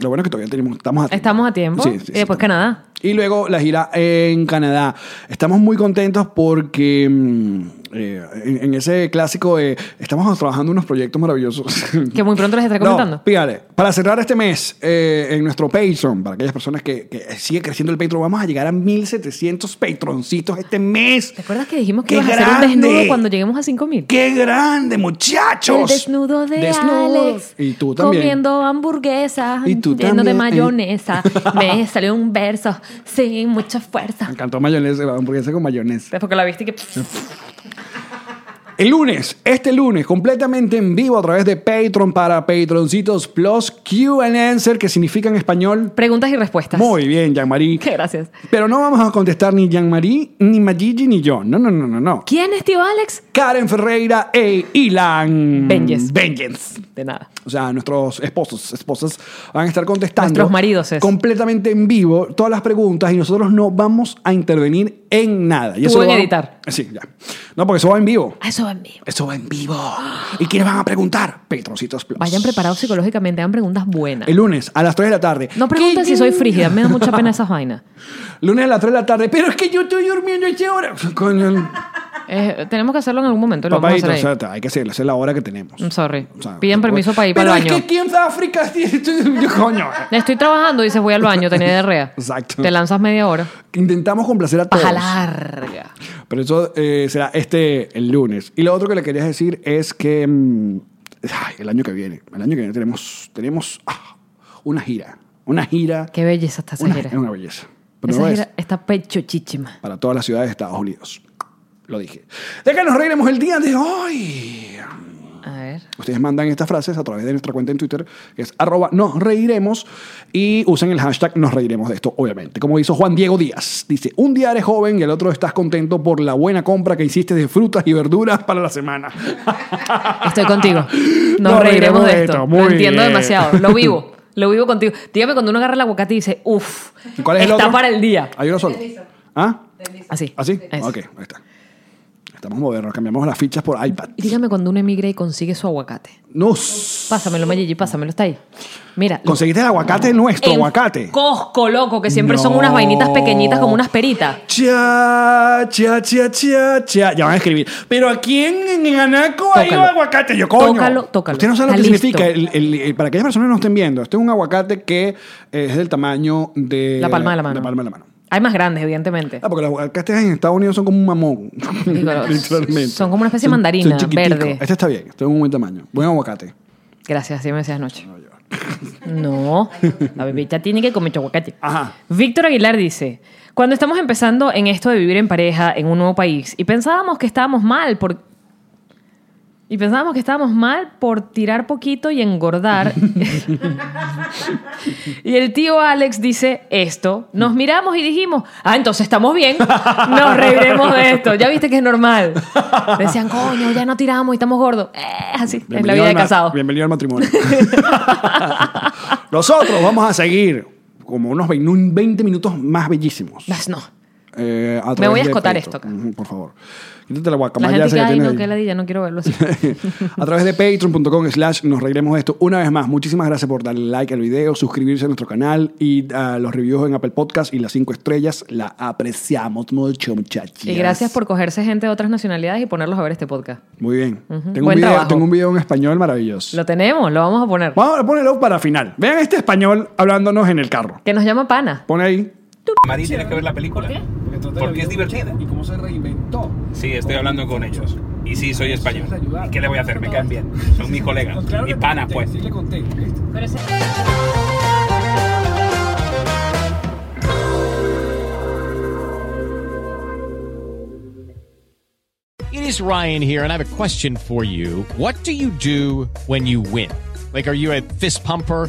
S1: lo bueno es que todavía tenemos, estamos a tiempo.
S2: Estamos a tiempo. Eh, pues
S1: Sí, sí, sí,
S2: y después
S1: estamos.
S2: Canadá.
S1: Y luego la gira en Canadá. Estamos muy contentos porque mm, eh, en, en ese clásico de- estamos trabajando unos proyectos maravillosos.
S2: Que muy pronto les estaré comentando.
S1: No, fíjate, para cerrar este mes eh, en nuestro Patreon, para aquellas personas que, que sigue creciendo el Patreon, vamos a llegar a 1700 Patroncitos este mes.
S2: ¿Te acuerdas que dijimos que
S1: ¡Qué
S2: ibas a hacer un
S1: grande!
S2: desnudo cuando lleguemos a 5000?
S1: ¡Qué grande, muchachos!
S2: El desnudo de
S1: Desnudos.
S2: Alex.
S1: Y tú también.
S2: Comiendo hamburguesas.
S1: Y tú
S2: lleno
S1: también, eh.
S2: de mayonesa. Me salió un verso sin mucha fuerza.
S1: Me encantó mayonesa, hamburguesa con mayonesa.
S2: Porque la viste que...
S1: El lunes, este lunes, completamente en vivo a través de Patreon para Patroncitos Plus Q and Answer, que significa en español.
S2: Preguntas y respuestas.
S1: Muy bien, Jean-Marie.
S2: Qué gracias.
S1: Pero no vamos a contestar ni Jean-Marie, ni Magigi, ni yo. No, no, no, no, no.
S2: ¿Quién es tío Alex?
S1: Karen Ferreira e Ilan
S2: Benjes.
S1: Benjes.
S2: De nada.
S1: O sea, nuestros esposos, esposas van a estar contestando.
S2: Nuestros maridos es.
S1: Completamente en vivo todas las preguntas y nosotros no vamos a intervenir en nada. Y
S2: Tú
S1: lo
S2: en
S1: vamos-
S2: editar.
S1: Sí, ya. No, porque eso va en vivo.
S2: Ah, Eso va en vivo.
S1: Eso va en vivo. ¿Y quiénes van a preguntar? Petroncitos Plus.
S2: Vayan preparados psicológicamente, hagan preguntas buenas.
S1: El lunes a las 3 de la tarde.
S2: No pregunten si soy frígida, me da mucha pena esas vainas.
S1: Lunes a las 3 de la tarde. Pero es que yo estoy durmiendo a esta hora. Con el...
S2: Eh, tenemos que hacerlo en algún momento. Lo vamos a
S1: Papadito,
S2: hacer ahí.
S1: o sea, hay que hacerlo. Esa es la hora que tenemos.
S2: I'm sorry.
S1: O sea,
S2: Piden
S1: no puede-
S2: permiso para ir para el
S1: Pero
S2: baño.
S1: es que aquí en África yo, coño. eh,
S2: Estoy trabajando y dices voy al baño, tenés diarrea.
S1: Exacto.
S2: Te lanzas media hora.
S1: Intentamos complacer a todos.
S2: Paja larga.
S1: Pero eso eh, será este el lunes. Y lo otro que le quería decir es que mm, ay, el año que viene, el año que viene tenemos tenemos ah, una gira, una gira,
S2: Qué belleza está esa
S1: una,
S2: gira.
S1: es una belleza. Pero
S2: Esa
S1: no es
S2: gira está pecho chichima.
S1: para todas las ciudades de Estados Unidos. Lo dije. De que nos reiremos el día de hoy.
S2: A ver.
S1: Ustedes mandan estas frases a través de nuestra cuenta en Twitter, que es arroba nos reiremos, y usen el hashtag nos reiremos de esto, obviamente. Como hizo Juan Diego Díaz. Dice, un día eres joven y el otro estás contento por la buena compra que hiciste de frutas y verduras para la semana.
S2: Estoy contigo. Nos
S1: Nos
S2: reiremos de esto.
S1: muy
S2: Lo entiendo
S1: bien.
S2: demasiado. Lo vivo. Lo vivo contigo. Dígame cuando uno agarra el aguacate y dice, uff,
S1: ¿Cuál es el
S2: está
S1: otro?
S2: para el día.
S1: Hay uno solo. ¿Ah?
S2: Así.
S1: ¿Así?
S2: Es.
S1: Ok, ahí está. Estamos modernos, cambiamos las fichas por iPad.
S2: Y dígame cuando uno emigra y consigue su aguacate.
S1: Nos.
S2: Pásamelo, Mayigi, pásamelo, está ahí. Mira. lo-
S1: Conseguiste el aguacate nuestro,
S2: en
S1: aguacate.
S2: Costco, loco, que siempre son
S1: No.
S2: unas vainitas pequeñitas como unas peritas.
S1: Cha, cha, cha, cha, cha. Ya van a escribir. Pero aquí en, en Anaco hay un
S2: Tócalo.
S1: aguacate. Yo, coño.
S2: Tócalo, tócalo.
S1: Usted no sabe lo que
S2: Está listo.
S1: significa. El- el- el- para aquellas personas que no estén viendo, este es un aguacate que eh, es del tamaño de.
S2: La palma de la mano.
S1: La palma de la mano.
S2: Hay más grandes, evidentemente.
S1: Ah, porque los aguacates en Estados Unidos son como un mamón.
S2: Digo,
S1: Literalmente.
S2: son como una especie
S1: Son-
S2: de
S1: son
S2: mandarina,
S1: chiquiticos.
S2: verde.
S1: Este está bien, este es un buen tamaño. Buen aguacate.
S2: Gracias, así me decías anoche. No, la bebita tiene que comer chocolate.
S1: Ajá.
S2: Víctor Aguilar dice, cuando estamos empezando en esto de vivir en pareja en un nuevo país y pensábamos que estábamos mal por... Y pensábamos que estábamos mal por tirar poquito y engordar. y el tío Alex dice esto. Nos miramos y dijimos, ah, entonces estamos bien. Nos reiremos de esto. Ya viste que es normal. Decían, coño, ya no tiramos y estamos gordos. Eh, así, es la
S1: Bienvenido
S2: vida de
S1: al ma-
S2: casado.
S1: Bienvenido al matrimonio. Nosotros vamos a seguir como unos 20 minutos más bellísimos.
S2: Las no.
S1: Eh, a
S2: Me voy
S1: través
S2: a
S1: de
S2: escotar
S1: Patreon.
S2: esto acá.
S1: Ujú, por favor. Quítate la
S2: La
S1: guacamaya
S2: gente
S1: esa
S2: que,
S1: que
S2: ay,
S1: tiene
S2: no,
S1: ahí".
S2: que ladilla, no quiero verlo así.
S1: a través de patreon.com slash nos reiremos de esto. Una vez más, muchísimas gracias por darle like al video, suscribirse a nuestro canal y a los reviews en Apple Podcast y las 5 estrellas. La apreciamos mucho, muchachos.
S2: Y gracias por cogerse gente de otras nacionalidades y ponerlos a ver este podcast.
S1: Muy bien. tengo, un
S2: Buen
S1: video,
S2: trabajo.
S1: tengo un video en español maravilloso.
S2: Lo tenemos, lo vamos a poner.
S1: Vamos a ponerlo para final. Vean este español hablándonos en el carro.
S2: Que nos llama pana.
S1: Pone ahí.
S5: María tiene que ver la película. Porque es divertida.
S1: Y cómo se reinventó.
S5: Sí, estoy hablando con ellos. Y sí, soy español. ¿Y qué le voy a hacer? Me caen bien. Son mis colegas. Mi pana, pues.
S6: It is Ryan here, and I have a question for you. What do you do when you win? Like, are you a fist pumper?